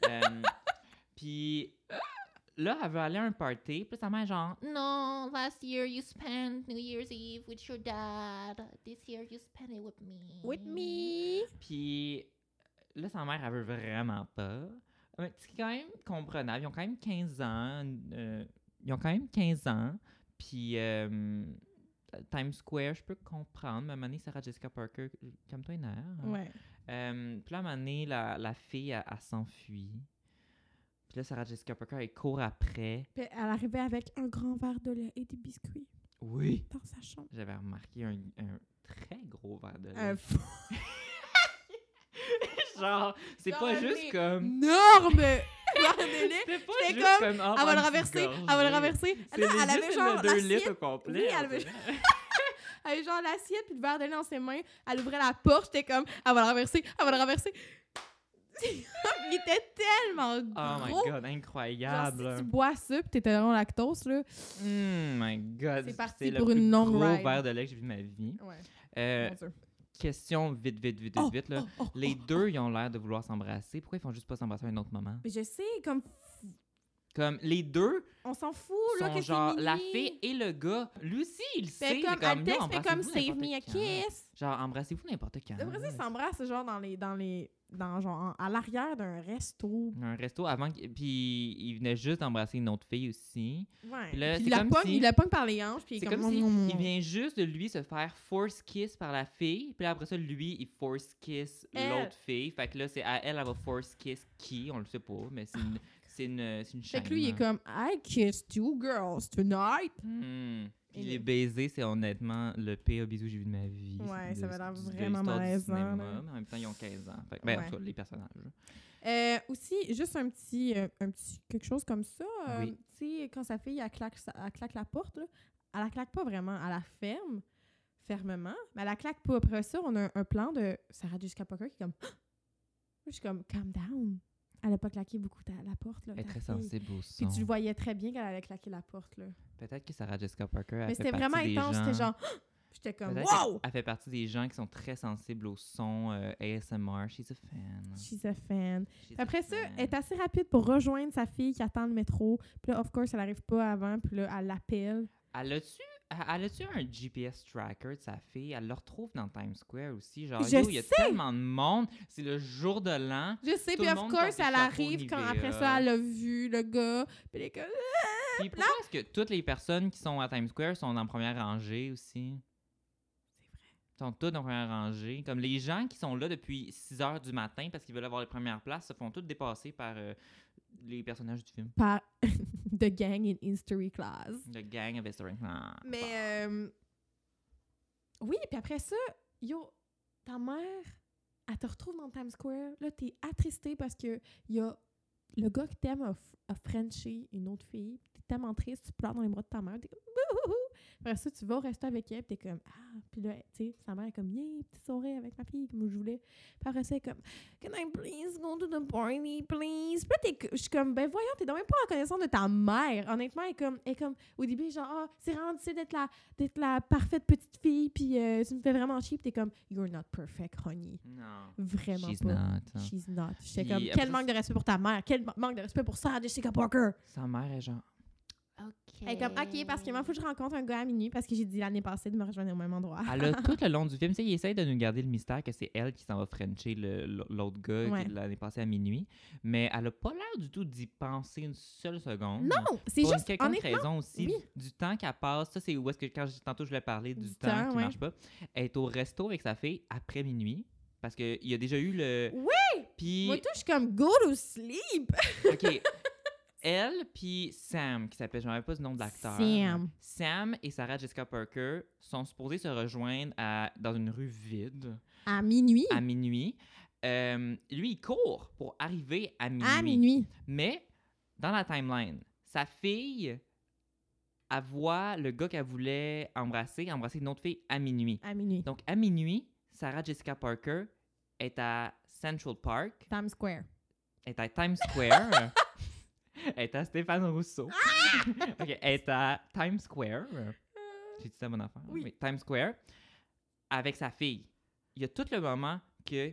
A: faire. Euh, Puis là, elle veut aller à un party, puis sa mère est genre,
C: No, last year you spent New Year's Eve with your dad. This year you spent it with me.
B: With me.
A: Puis là, sa mère, elle veut vraiment pas. Mais C'est quand même comprenable. Ils ont quand même 15 ans. euh, ils ont quand même 15 ans. Puis euh, Times Square, je peux comprendre. Mais à un moment donné, Sarah Jessica Parker, comme toi, une heure. hein.
B: Ouais.
A: Euh, puis là, à un moment donné, la, la fille, elle, elle s'enfuit. Puis là, Sarah Jessica Parker, elle court après.
B: Puis elle arrivait avec un grand verre de lait et des biscuits
A: Oui.
B: dans sa chambre.
A: J'avais remarqué un, un très gros verre de
B: Un
A: lait.
B: fou
A: Genre, c'est
B: Dans
A: pas
B: un
A: juste
B: thé.
A: comme.
B: énorme verre de lait.
A: C'est pas
B: J'étais
A: juste
B: comme,
A: comme. Ah,
B: Elle va le
A: une
B: renverser,
A: petite
B: elle va le
A: gorgée.
B: renverser.
A: C'est
B: Non,
A: les-
B: elle avait
A: juste
B: genre
A: une de deux litres au
B: l'assiette.
A: complet.
B: Oui,
A: on
B: elle avait-
A: dirait.
B: Elle avait genre l'assiette puis le verre de lait dans ses mains. Elle ouvrait la porte, j'étais comme, elle va le renverser, elle va le renverser. Il était tellement
A: Oh my
B: gros.
A: god,
B: Genre,
A: incroyable.
B: si tu bois ça puis t'es tolérant au lactose, là.
A: Mm, my god.
B: C'est parti
A: c'était
B: pour
A: le
B: une
A: plus
B: long
A: gros
B: ride.
A: verre de lait que j'ai vu de ma vie.
B: Ouais,
A: Euh,
B: mon Dieu.
A: question vite, vite, vite, vite,
B: Oh,
A: vite. Là.
B: oh, oh,
A: Les
B: oh.
A: deux, ils ont l'air de vouloir s'embrasser. Pourquoi ils font juste pas s'embrasser à un autre moment?
B: Mais je sais, comme,
A: Comme les deux
B: on s'en fout, Oh, là,
A: sont
B: que
A: genre
B: c'est
A: la
B: minuit.
A: fille et le gars. Lui aussi, il sait.
B: Fait
A: il est
B: comme, elle
A: non,
B: texte, fait comme,
A: embrassez-vous
B: save me a
A: n'importe quand.
B: kiss.
A: Genre, embrassez-vous n'importe quand.
B: Après ça,
A: là.
B: ils s'embrassent, genre, dans les, dans les, dans, genre, en- à l'arrière d'un resto.
A: un resto avant qu'il- puis il venait juste d'embrasser une autre fille aussi
B: Ouais.
A: Puis là,
B: Puis
A: c'est
B: il la
A: comme
B: pogne,
A: si-
B: il la pogne par les hanches, puis il
A: c'est
B: est
A: comme,
B: comme...
A: si
B: Mm, mm,
A: il
B: mm.
A: vient juste de lui se faire force kiss par la fille puis là, après ça lui il force kiss
B: Elle.
A: l'autre fille fait que là c'est à elle elle va force kiss qui on le sait pas mais c'est une c'est une c'est une
B: Fait que lui, il est
A: chaîne, hein.
B: comme I kissed two girls tonight.
A: Hmm. Puis
B: Et
A: les
B: le-
A: baisers, c'est honnêtement le pire bisou que j'ai vu de ma vie.
B: Ouais,
A: de-
B: ça avait l'air
A: du- de
B: vraiment
A: l'histoire du
B: malaisant,
A: cinéma,
B: là.
A: mais en même temps, ils ont 15 ans. Fait que, ben, en
B: Ouais.
A: tout cas, les personnages.
B: Euh, aussi, juste un petit, euh, un petit quelque chose comme ça. euh,
A: Oui.
B: Tu sais, quand sa fille, elle claque, sa- elle claque la porte, là, elle la claque pas vraiment, elle la ferme fermement, mais elle la claque pas. Après ça, on a un, un plan de Sarah Jessica Parker qui est comme. Moi, Je suis comme, calm down. Elle a pas claqué beaucoup ta- la porte. Là,
A: Elle est très
B: ta fille.
A: sensible au son.
B: Puis tu le voyais très bien qu'elle allait claquer la porte. là.
A: Peut-être que Sarah Jessica Parker a
B: Mais c'était vraiment intense. C'était genre. J'étais comme, wow!
A: Wow! Elle fait partie des gens qui sont très sensibles au son euh, ASMR. She's a fan.
B: She's a fan.
A: She's a
B: Après ça,
A: fan.
B: elle est assez rapide pour rejoindre sa fille qui attend le métro. Puis là, of course, elle arrive pas avant. Puis là, elle l'appelle.
A: Elle a-tu elle a-tu un GPS tracker de sa fille? Elle le retrouve dans Times Square aussi. Genre,
B: Je
A: yo, il y a
B: sais!
A: tellement de monde. C'est le jour de l'an.
B: Je sais,
A: Tout
B: puis
A: le
B: of
A: monde
B: course,
A: porte des
B: elle
A: chapeaux
B: arrive quand
A: Nivea.
B: après ça, elle a vu le gars. Puis elle est comme, "Ah!"
A: Puis pourquoi est-ce que toutes les personnes qui sont à Times Square sont en première rangée aussi? Ils sont toutes en première rangée. Comme les gens qui sont là depuis 6 heures du matin parce qu'ils veulent avoir les premières places se font toutes dépasser par euh, les personnages du film.
B: par The Gang in History Class.
A: Le gang of History. Ah, bah.
B: Mais euh, oui, puis après ça, yo, ta mère, elle te retrouve dans Times Square. Là, t'es attristée parce que y a le gars que t'aimes a, f- a Frenché une autre fille. T'es tellement triste, tu pleures dans les bras de ta mère. T'es comme Wouhouhou! Après ça, tu vas rester avec elle, puis t'es comme ah. Puis là, tu sais, sa mère est comme yeah, petite soirée avec ma fille comme je voulais. Puis après ça, elle est comme can I please go to the party, please. Puis là, t'es, je suis comme ben voyons, t'es donc même pas reconnaissant de ta mère. Honnêtement, elle est comme, elle est comme au début, genre, Ah, c'est vraiment difficile d'être la, d'être la parfaite petite fille, puis euh, tu me fais vraiment chier, puis t'es comme, you're not perfect, honey.
A: Non.
B: Vraiment
A: She's
B: pas.
A: not. hein.
B: She's not. J'étais
A: Puis
B: comme,
A: après
B: quel
A: ça,
B: manque de respect pour ta mère, quel ma- manque de respect pour Sarah Jessica Parker.
A: Sa mère est genre.
C: Okay.
B: Elle est comme, ok, parce que moi, faut que je rencontre un gars à minuit, parce que j'ai dit l'année passée de me rejoindre au même endroit.
A: Elle a tout le long du film. Tu sais, il essaye de nous garder le mystère que c'est elle qui s'en va frencher le- l'autre gars
B: Ouais.
A: qui l'année passée à minuit. Mais elle a pas l'air du tout d'y penser une seule seconde.
B: Non, c'est
A: Pour une
B: juste,
A: quelconque
B: honnêtement,
A: raison aussi,
B: oui.
A: du temps qu'elle passe, ça c'est où est-ce que quand je- tantôt je voulais parler du,
B: Du
A: temps,
B: temps,
A: qui
B: ouais.
A: marche pas, elle est au resto avec sa fille après minuit parce qu'il y a déjà eu le. Puis,
B: moi, tout, je suis comme, go to sleep.
A: ok, elle puis Sam qui s'appelle, je me rappelle pas du nom de l'acteur.
B: Sam.
A: Sam et Sarah Jessica Parker sont supposés se rejoindre à- dans une rue vide
B: À minuit.
A: à minuit. Euh, lui, il court pour arriver
B: À minuit.
A: mais dans la timeline, sa fille, elle voit le gars qu'elle voulait embrasser, embrasser une autre fille à minuit.
B: À minuit.
A: Donc à minuit, Sarah Jessica Parker est à Central Park,
B: Times Square.
A: est à Times Square, est à Stéphane Rousseau, Ok, est à Times Square. J'ai dit ça mon affaire.
B: oui.
A: Times Square avec sa fille. Il y a tout le moment que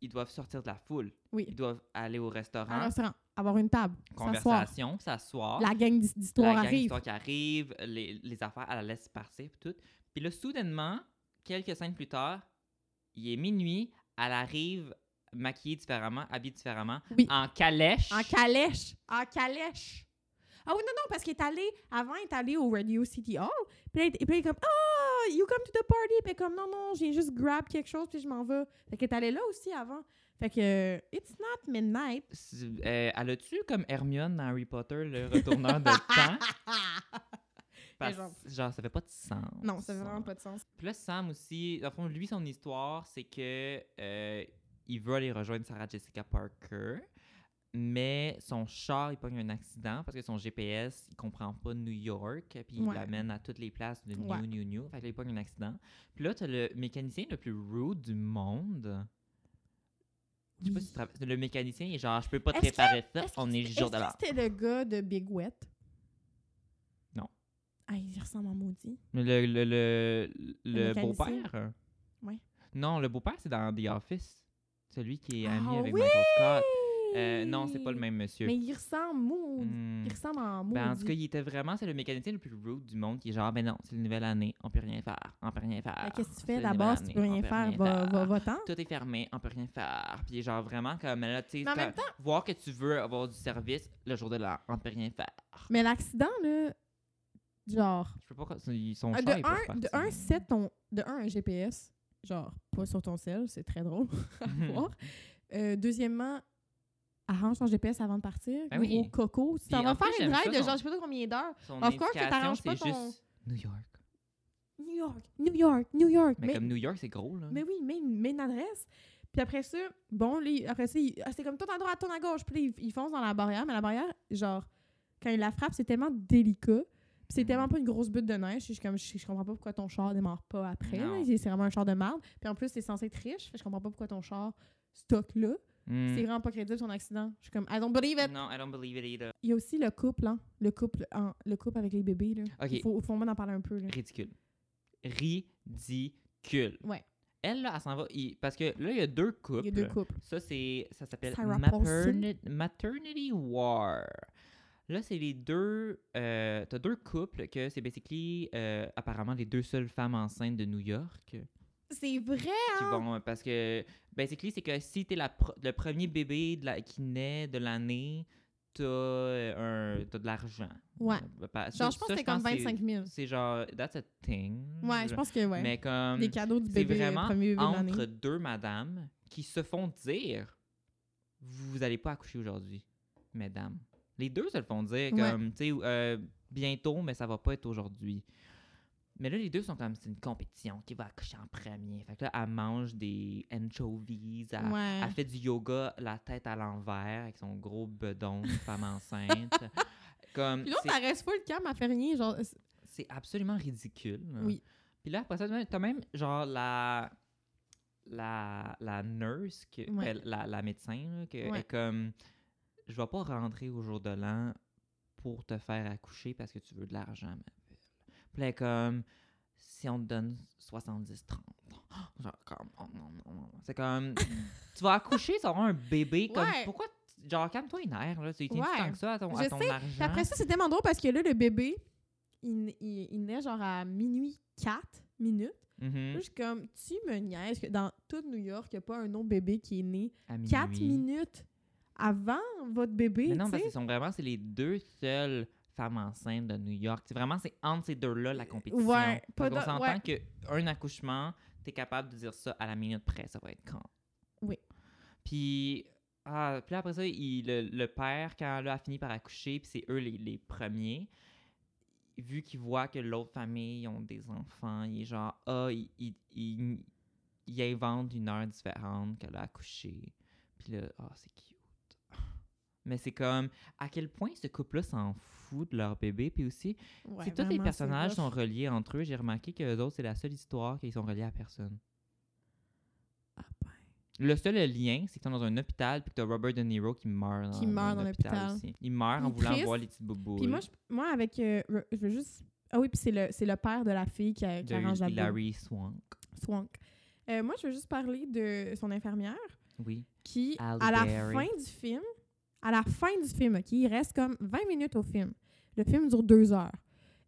A: ils doivent sortir de la foule.
B: Oui.
A: Ils doivent aller au
B: Un
A: restaurant
B: restaurant. Avoir une table. S'asseoir.
A: conversation, s'asseoir.
B: La gang d'his-
A: la
B: d'histoire
A: gang
B: arrive.
A: d'histoire qui arrive, les, les affaires, elle la laisse passer, puis tout. Puis là, soudainement, quelques scènes plus tard, il est minuit, elle arrive maquillée différemment, habillée différemment,
B: Oui.
A: en calèche.
B: En calèche. En calèche. Ah oui, non, non, parce qu'il est allé, avant, il est allé au Radio City Hall. Puis là, il, puis là, il est comme, ah, you come to the party. Puis elle est comme, non, non, j'ai juste grab quelque chose, puis je m'en vais. Fait qu'il est allé là aussi avant. Fait que, euh, it's not midnight.
A: C'est- euh, elle a-tu comme Hermione dans Harry Potter, le retourneur de temps? Parce-
B: genre-
A: genre, ça fait pas de sens.
B: Non, ça fait vraiment pas de sens.
A: Puis là, Sam aussi, dans le fond, lui, son histoire, c'est que euh, il veut aller rejoindre Sarah Jessica Parker, mais son char, il pogne un accident parce que son GPS, il comprend pas New York, puis il
B: Ouais.
A: l'amène à toutes les places de New,
B: Ouais.
A: New, New. Fait que là, il pogne un accident. Puis là, t'as le mécanicien le plus rude du monde. Je sais pas si tu te rappelles- Le mécanicien, il est genre, je peux pas te
B: Est-ce que-
A: réparer ça,
B: Est-ce que
A: on est le
B: c'était-
A: jour de
B: est-ce que
A: l'heure.
B: C'était le gars de Big Wet.
A: Non.
B: Ah, il ressemble en maudit.
A: Mais Le, le, le, le
B: Le mécanicien?
A: beau-père? hein?
B: Ouais.
A: Non, le beau-père, c'est dans The Office. Celui qui est
B: Ah
A: ami avec
B: oui!
A: Michael Scott. Euh, non, c'est pas le même monsieur.
B: Mais il ressemble maudit.
A: Hmm.
B: Il ressemble en maudit.
A: Ben, en tout cas, il était vraiment, c'est le mécanicien le plus rude du monde qui est genre, ben non, c'est la nouvelle année, on peut rien faire, on peut rien faire.
B: Mais Qu'est-ce que tu
A: C'est
B: fais
A: la
B: d'abord
A: nouvelle
B: si tu
A: année,
B: peux
A: on
B: rien
A: peut
B: faire?
A: rien
B: Va,
A: faire.
B: va, va-t'en.
A: Tout est fermé, on peut rien faire. Puis genre vraiment comme là, tu sais,
B: Mais en même
A: quand- voir que tu veux avoir du service le jour de l'an, on peut rien faire.
B: Mais l'accident, là, genre.
A: Je peux pas, quand- ils sont
B: Ah,
A: chers, ils peuvent
B: De un,
A: partir.
B: de un, c'est ton, de un, un GPS, genre, pas sur ton cell, c'est très drôle à
A: Hmm.
B: voir. Euh, deuxièmement, arrange ton GPS avant de partir.
A: Ben
B: gros
A: oui.
B: coco. Si
A: Puis
B: t'en vas
A: en
B: faire
A: plus,
B: une
A: j'aime
B: drive
A: ça,
B: de
A: son-
B: genre, je sais pas combien d'heures.
A: Son
B: Of course que
A: indication,
B: t'arranges pas
A: c'est
B: ton-
A: juste New York.
B: New York, New York, New York.
A: Mais, comme New York, c'est gros, là.
B: Mais oui, mais une, mais une adresse. Puis après ça, bon, les, après ça, il- ah, c'est comme tourne à droite, tourne à gauche. Puis là, ils, ils foncent dans la barrière. Mais la barrière, genre, quand il la frappe, c'est tellement délicat. Puis c'est
A: Mhm.
B: tellement pas une grosse butte de neige. Je, suis comme, je, je comprends pas pourquoi ton char démarre pas après. là.
A: Non.
B: C'est c'est vraiment un char de merde. Puis en plus, c'est censé être riche. Fait que Je comprends pas pourquoi ton char stocke là.
A: Mm.
B: C'est vraiment pas crédible son accident. Je suis comme, I don't believe it.
A: Non, I don't believe it either.
B: Il y a aussi le couple, hein. Le couple, hein, le couple avec les bébés, là.
A: Ok.
B: Il faut, faut moi en parler un peu, là.
A: Ridicule. Ridicule.
B: Ouais.
A: Elle, là, elle s'en va. il- Parce que là, il y a deux couples.
B: Il y a deux couples.
A: Ça, c'est, ça s'appelle
B: Sarah
A: materni- Maternity War. Là, c'est les deux. euh, t'as deux couples que c'est basically euh, apparemment les deux seules femmes enceintes de New York.
B: C'est vrai,
A: qui
B: hein?
A: vont- parce que basically c'est que si t'es la pro- le premier bébé de la, qui naît de l'année t'as euh, un t'as de l'argent
B: Ouais.
A: Euh, pa- ça-
B: Genre, je pense
A: ça,
B: que c'est comme
A: c'est-
B: 25 000.
A: c'est genre that's a thing
B: Ouais, je pense que ouais.
A: mais comme
B: des cadeaux du
A: c'est
B: bébé, euh,
A: vraiment
B: premier bébé de l'année.
A: entre deux madames qui se font dire vous allez pas accoucher aujourd'hui mesdames les deux se le font dire
B: Ouais.
A: comme tu sais euh, bientôt mais ça va pas être aujourd'hui mais là, les deux sont comme, c'est une compétition qui va accoucher en premier. Fait que là, elle mange des anchovies, elle,
B: Ouais.
A: elle fait du yoga la tête à l'envers avec son gros bedon de femme enceinte. Comme,
B: Puis l'autre,
A: c'est-
B: elle reste full calme, elle fait rien. Genre, c'est-
A: c'est absolument ridicule.
B: Oui.
A: Puis là, après ça, t'as même, genre, la, la, la nurse, que,
B: Ouais.
A: euh, la, la médecin, là, que
B: Ouais.
A: est comme, je vais pas rentrer au jour de l'an pour te faire accoucher parce que tu veux de l'argent, ma belle. Puis là, elle est comme, si on te donne 70-30. Genre, comme, oh, non, non, non. C'est comme, tu vas accoucher, ça aura un bébé. Comme,
B: Ouais.
A: pourquoi, tu- genre, calme-toi les nerfs, là. Tu tiens
B: Ouais.
A: tant que ça à ton, à
B: Je
A: ton
B: sais.
A: argent.
B: Puis après ça, c'est tellement drôle parce que là, le bébé, il, il, il naît genre à minuit 4 minutes.
A: Mhm.
B: Là, je suis comme, tu me niaises que dans toute New York, il n'y a pas un autre bébé qui est né
A: À
B: 4
A: minuit.
B: minutes avant votre bébé.
A: Mais non,
B: tu
A: parce que
B: sais.
A: ce sont vraiment c'est les deux seules femmes enceintes de New York. C'est vraiment c'est entre ces deux-là la compétition.
B: Euh, ouais, pas
A: Parce qu'on
B: d'autres-
A: s'entend qu'un accouchement, t'es capable de dire ça à la minute près, ça va être quand.
B: Oui.
A: Puis, ah, puis là, après ça, il- le, le père, quand là, a fini par accoucher, puis c'est eux les, les premiers, vu qu'ils voient que l'autre famille ont des enfants, il est genre, ah, il, il, il- il invente une heure différente qu'elle a accouché. Puis là, ah, c'est cute. Mais c'est comme, à quel point ce couple-là s'en fout de leur bébé, puis aussi,
B: Ouais,
A: c'est tous les
B: vraiment,
A: personnages
B: rough.
A: sont reliés entre eux. J'ai remarqué que les autres, c'est la seule histoire qu'ils sont reliés à personne.
B: Ah ben.
A: Le seul lien, c'est que t'es dans un hôpital puis que t'as Robert De Niro qui meurt dans,
B: Qui meurt dans l'hôpital.
A: aussi. Il meurt en
B: Il est
A: voulant
B: triste.
A: voir les petites bouboules.
B: Puis moi, je- moi avec. euh, re- je veux juste. Ah oui, puis c'est le, c'est le père de la fille qui, a- qui arrange
A: de
B: la boule.
A: Larry Swank.
B: Swank. Euh, moi, je veux juste parler de son infirmière.
A: Oui.
B: qui,
A: Halle
B: à la
A: Berry.
B: fin du film, à la fin du film, OK, il reste comme 20 minutes au film. Le film dure deux heures.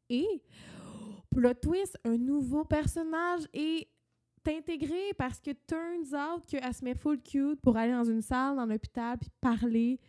B: Et, plot twist, un nouveau personnage est intégré parce que turns out qu'elle se met full cute pour aller dans une salle, dans l'hôpital, puis parler,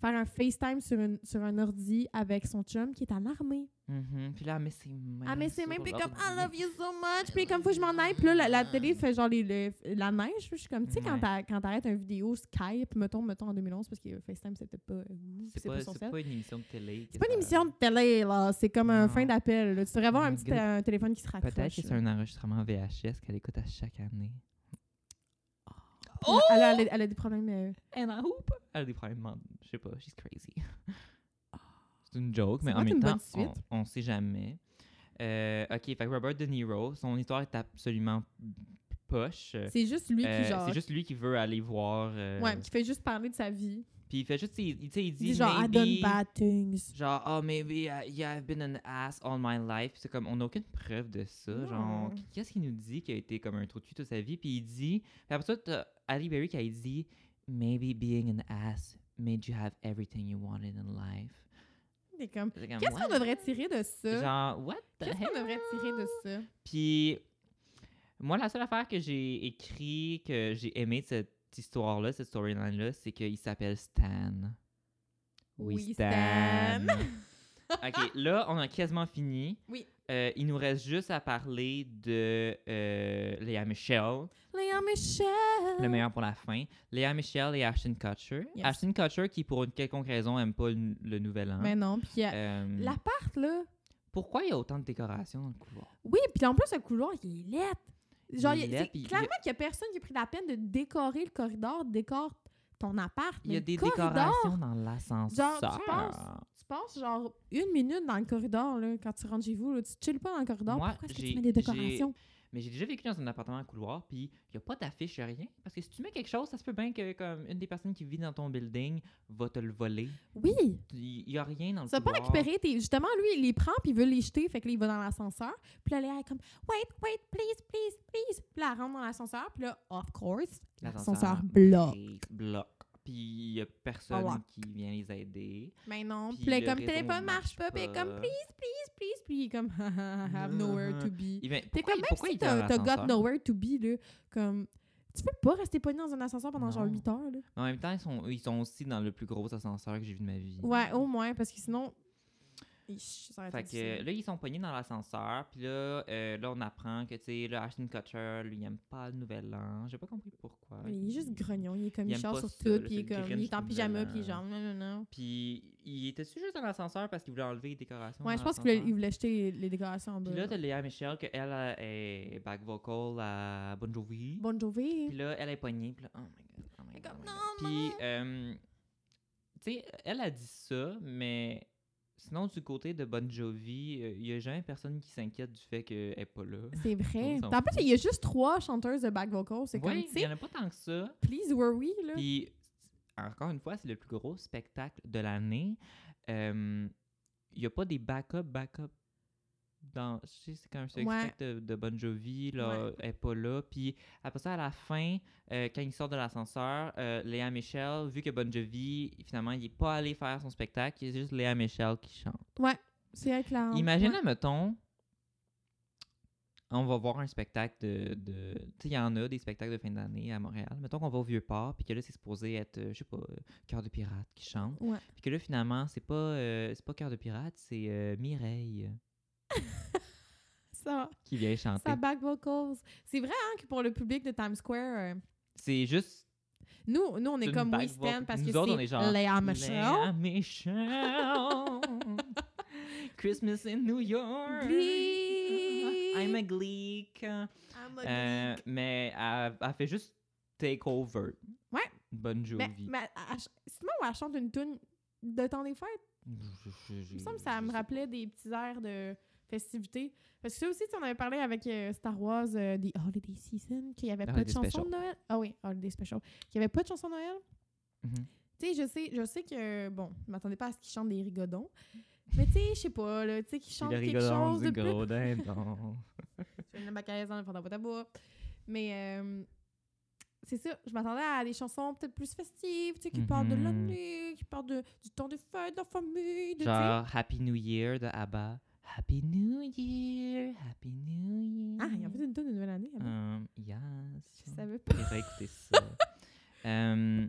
B: faire un FaceTime sur, une, sur un ordi avec son chum qui est à l'armée.
A: Mhm. Puis là, elle met ses mains.
B: Ah, mais c'est
A: sur
B: même, puis
A: l'ordi.
B: comme I love you so much, puis comme faut que je m'en aille, puis là, la, la télé fait genre les, le- la neige. Je suis comme, tu sais, quand
A: Ah. Ouais.
B: t'a- quand t'arrêtes un vidéo Skype, mettons, mettons en 2011, parce que FaceTime, c'était peut-être pas. euh,
A: C'est
B: c'est pas
A: pas,
B: son
A: c'est
B: sel.
A: pas une émission de télé.
B: C'est pas une émission de télé, là. C'est comme un
A: Non.
B: fin d'appel. là. Tu devrais avoir
A: Oh
B: un
A: my
B: petit
A: God.
B: euh, un téléphone qui se raccroche.
A: Peut-être que c'est
B: là.
A: un enregistrement VHS qu'elle écoute à chaque année.
B: Elle, a- elle a- elle a des problèmes. euh,
A: Elle en hoop. Elle a des problèmes. men- Je sais pas, she's crazy. C'est une joke,
B: Ça
A: mais
B: doit
A: en même
B: être Ah. une
A: temps,
B: bonne suite.
A: on, on sait jamais. Euh, ok, fait que Robert De Niro, son histoire est absolument poche.
B: C'est juste lui
A: Euh,
B: qui, genre.
A: C'est juste lui qui veut aller voir. euh,
B: Ouais, qui fait juste parler de sa vie.
A: Puis il fait juste, il, tu sais, il
B: Il
A: dit,
B: dit genre, I
A: maybe,
B: done bad things.
A: genre, oh maybe I- yeah, I've been an ass all my life. Puis C'est comme, on n'a aucune preuve de ça. Genre,
B: Non.
A: qu'est-ce qu'il nous dit qu'il a été comme un trou de cul toute sa vie? Puis il dit, puis après ça, t'as Ali Berry qui a dit, maybe being an ass made you have everything you wanted in life.
B: Il est comme,
A: C'est comme,
B: Qu'est-ce
A: what?
B: qu'on devrait tirer de ça?
A: Ah, Genre, what the
B: Qu'est-ce qu'on
A: hell?
B: devrait tirer de ça?
A: Puis, moi, la seule affaire que j'ai écrit, que j'ai aimé de cette histoire-là, cette storyline-là, c'est qu'il s'appelle Stan.
B: Oui, Stan.
A: OK, là, on a quasiment fini.
B: Oui.
A: Euh, il nous reste juste à parler de euh, Léa Michelle,
B: Léa Michel!
A: le meilleur pour la fin. Léa Michelle et Ashton Kutcher.
B: Yes.
A: Ashton Kutcher qui, pour une quelconque raison, aime pas le, le nouvel an.
B: Mais non, puis euh,
A: Euh,
B: l'appart, là.
A: Pourquoi il y a autant de décorations dans le couloir?
B: Oui, puis en plus, le couloir, il est laid. Genre,
A: Il est
B: il-
A: laid,
B: c'est
A: puis il y a-
B: clairement qu'il y a personne qui a pris la peine de décorer le corridor, décore ton appart.
A: Il y
B: mais
A: a
B: le
A: des
B: corridor,
A: décorations dans l'ascenseur.
B: Genre, tu penses- Tu passes genre une minute dans le corridor, là, quand tu rentres chez vous, là, tu chilles pas dans le corridor.
A: Moi,
B: Pourquoi est-ce que
A: j'ai-
B: tu mets des décorations?
A: Mais j'ai déjà vécu dans un appartement à couloir, puis il n'y a pas d'affiche, y a rien. Parce que si tu mets quelque chose, ça se peut bien que comme une des personnes qui vit dans ton building va te le voler.
B: Oui!
A: Il n'y a rien dans le
B: Ça va pas
A: couloir.
B: récupérer tes. Justement, lui, il les prend puis il veut les jeter. Fait que là, il va dans l'ascenseur. Puis là, Léa est comme Wait, wait, please, please, please. Puis là, elle rentre dans l'ascenseur. Puis là, of course, l'ascenseur bloque.
A: break, bloque. Puis il n'y
B: Oh,
A: a personne
B: Bloque.
A: qui vient les aider.
B: Mais non. Puis
A: Puis
B: là,
A: le
B: comme
A: réseau
B: téléphone marche
A: marche
B: pas. Puis elle est comme
A: pas.
B: Please, please, please. Puis il est comme Ha, ha, ha, Have nowhere to be.
A: Il vient-
B: T'es
A: pourquoi,
B: comme même
A: pourquoi
B: si
A: il est dans
B: t'as t'as got
A: l'ascenseur?
B: nowhere to be, là, comme. Tu peux pas rester pogné dans un ascenseur pendant genre
A: Non.
B: 8 heures, là.
A: Mais En même temps, ils sont, ils sont aussi dans le plus gros ascenseur que j'ai vu de ma vie.
B: Ouais, oh au moins, parce que sinon. Ich, ça aurait été
A: Fait que
B: difficile.
A: là, ils sont pognés dans l'ascenseur. Puis là, euh, là, on apprend que, tu sais, là, Ashton Kutcher, lui, il aime pas le nouvel an. J'ai pas compris pourquoi.
B: Mais il est juste grognon, il est comme
A: Il
B: il
A: aime
B: chante
A: pas
B: sur
A: ça, là,
B: tout, puis il est
A: c'est le
B: comme il
A: Grinch
B: est en
A: du
B: pyjama,
A: Nouvel
B: puis il est
A: An.
B: genre non non non.
A: Puis, il était-tu juste dans l'ascenseur parce qu'il voulait enlever les décorations?
B: Ouais,
A: dans
B: je pense
A: l'ascenseur?
B: qu'il voulait jeter les, les décorations en bas.
A: Puis là,
B: là.
A: t'as Léa Michel, qu'elle elle, est back vocal à Bon Jovi.
B: Bon
A: Puis
B: Jovi.
A: là, elle est pognée. Puis là, oh my god, oh my
B: Elle est
A: god.
B: comme,
A: oh my
B: Non,
A: God. Puis, euh, tu sais, elle a dit ça, mais sinon, du côté de Bon Jovi, il y a jamais personne qui s'inquiète du fait qu'elle est pas là.
B: C'est vrai.
A: On s'en
B: En plus,
A: fout.
B: il y a juste trois chanteuses de back vocals. C'est comme,
A: Oui,
B: tu
A: il y
B: sais,
A: en a pas tant que ça.
B: Please Were We, là.
A: Puis, encore une fois, c'est le plus gros spectacle de l'année. Euh, Il n'y a pas des backups, backups dans. Je sais, c'est quand c'est
B: Ouais.
A: un spectacle de, de Bon Jovi, là,
B: Ouais.
A: elle n'est pas là. Puis, après ça, à la fin, euh, quand il sort de l'ascenseur, euh, Léa Michel, vu que Bon Jovi, finalement, il n'est pas allé faire son spectacle, c'est juste Léa Michel qui chante.
B: C'est avec la.
A: Imagine,
B: Mmh, Ouais.
A: mettons, on va voir un spectacle de. de- tu sais, il y en a des spectacles de fin d'année à Montréal. Mettons qu'on va au Vieux-Port, puis que là, c'est supposé être, euh, je sais pas, euh, Cœur de Pirate qui chante.
B: Ouais.
A: Puis que là, finalement, c'est pas, euh, c'est pas Cœur de Pirate, c'est euh, Mireille
B: Ça,
A: qui vient chanter.
B: ça back vocals. C'est vrai, hein, que pour le public de Times Square, euh,
A: C'est juste.
B: nous, nous, on est
A: une
B: comme
A: back
B: We Stand
A: vocal.
B: parce
A: Nous
B: que
A: autres, on est genre,
B: c'est Léa Michelle.
A: Léa Michel. Christmas in New York.
B: Gleek.
A: I'm a gleek. Euh, mais elle, elle fait juste take over.
B: Ouais.
A: Bonne Jovi.
B: Mais, mais elle- elle ch- c'est moi où elle chante une tune de temps des fêtes. Il me semble que ça me rappelait des petits airs de festivité. Parce que ça aussi, tu sais, on avait parlé avec euh, Star Wars euh, des Holiday Season, qu'il n'y avait pas de
A: Holiday
B: chanson
A: Special.
B: de Noël. Ah oui, Holiday Special. Qu'il n'y avait pas de chanson de Noël.
A: Mhm.
B: Tu sais, je sais, je sais que, bon, je m'attendais pas à ce qu'ils chantent des rigodons. Mais tu sais, je sais pas, là, tu sais, qu'ils chantent quelque chose de plus. Je viens de Macaïs dans le fond de la boîte à bois. Mais euh, c'est ça, je m'attendais à des chansons peut-être plus festives, tu sais, qui parlent de
A: Mhm.
B: l'année, qui parlent de, du temps de fête, de la famille, de, tu sais.
A: Genre Happy New Year de ABBA. Happy New Year, Happy New Year.
B: Ah, il y a fait une tonne de nouvelle année. avant.
A: Um, yes.
B: Je savais pas.
A: J'aurais écouté ça. Um, Euh,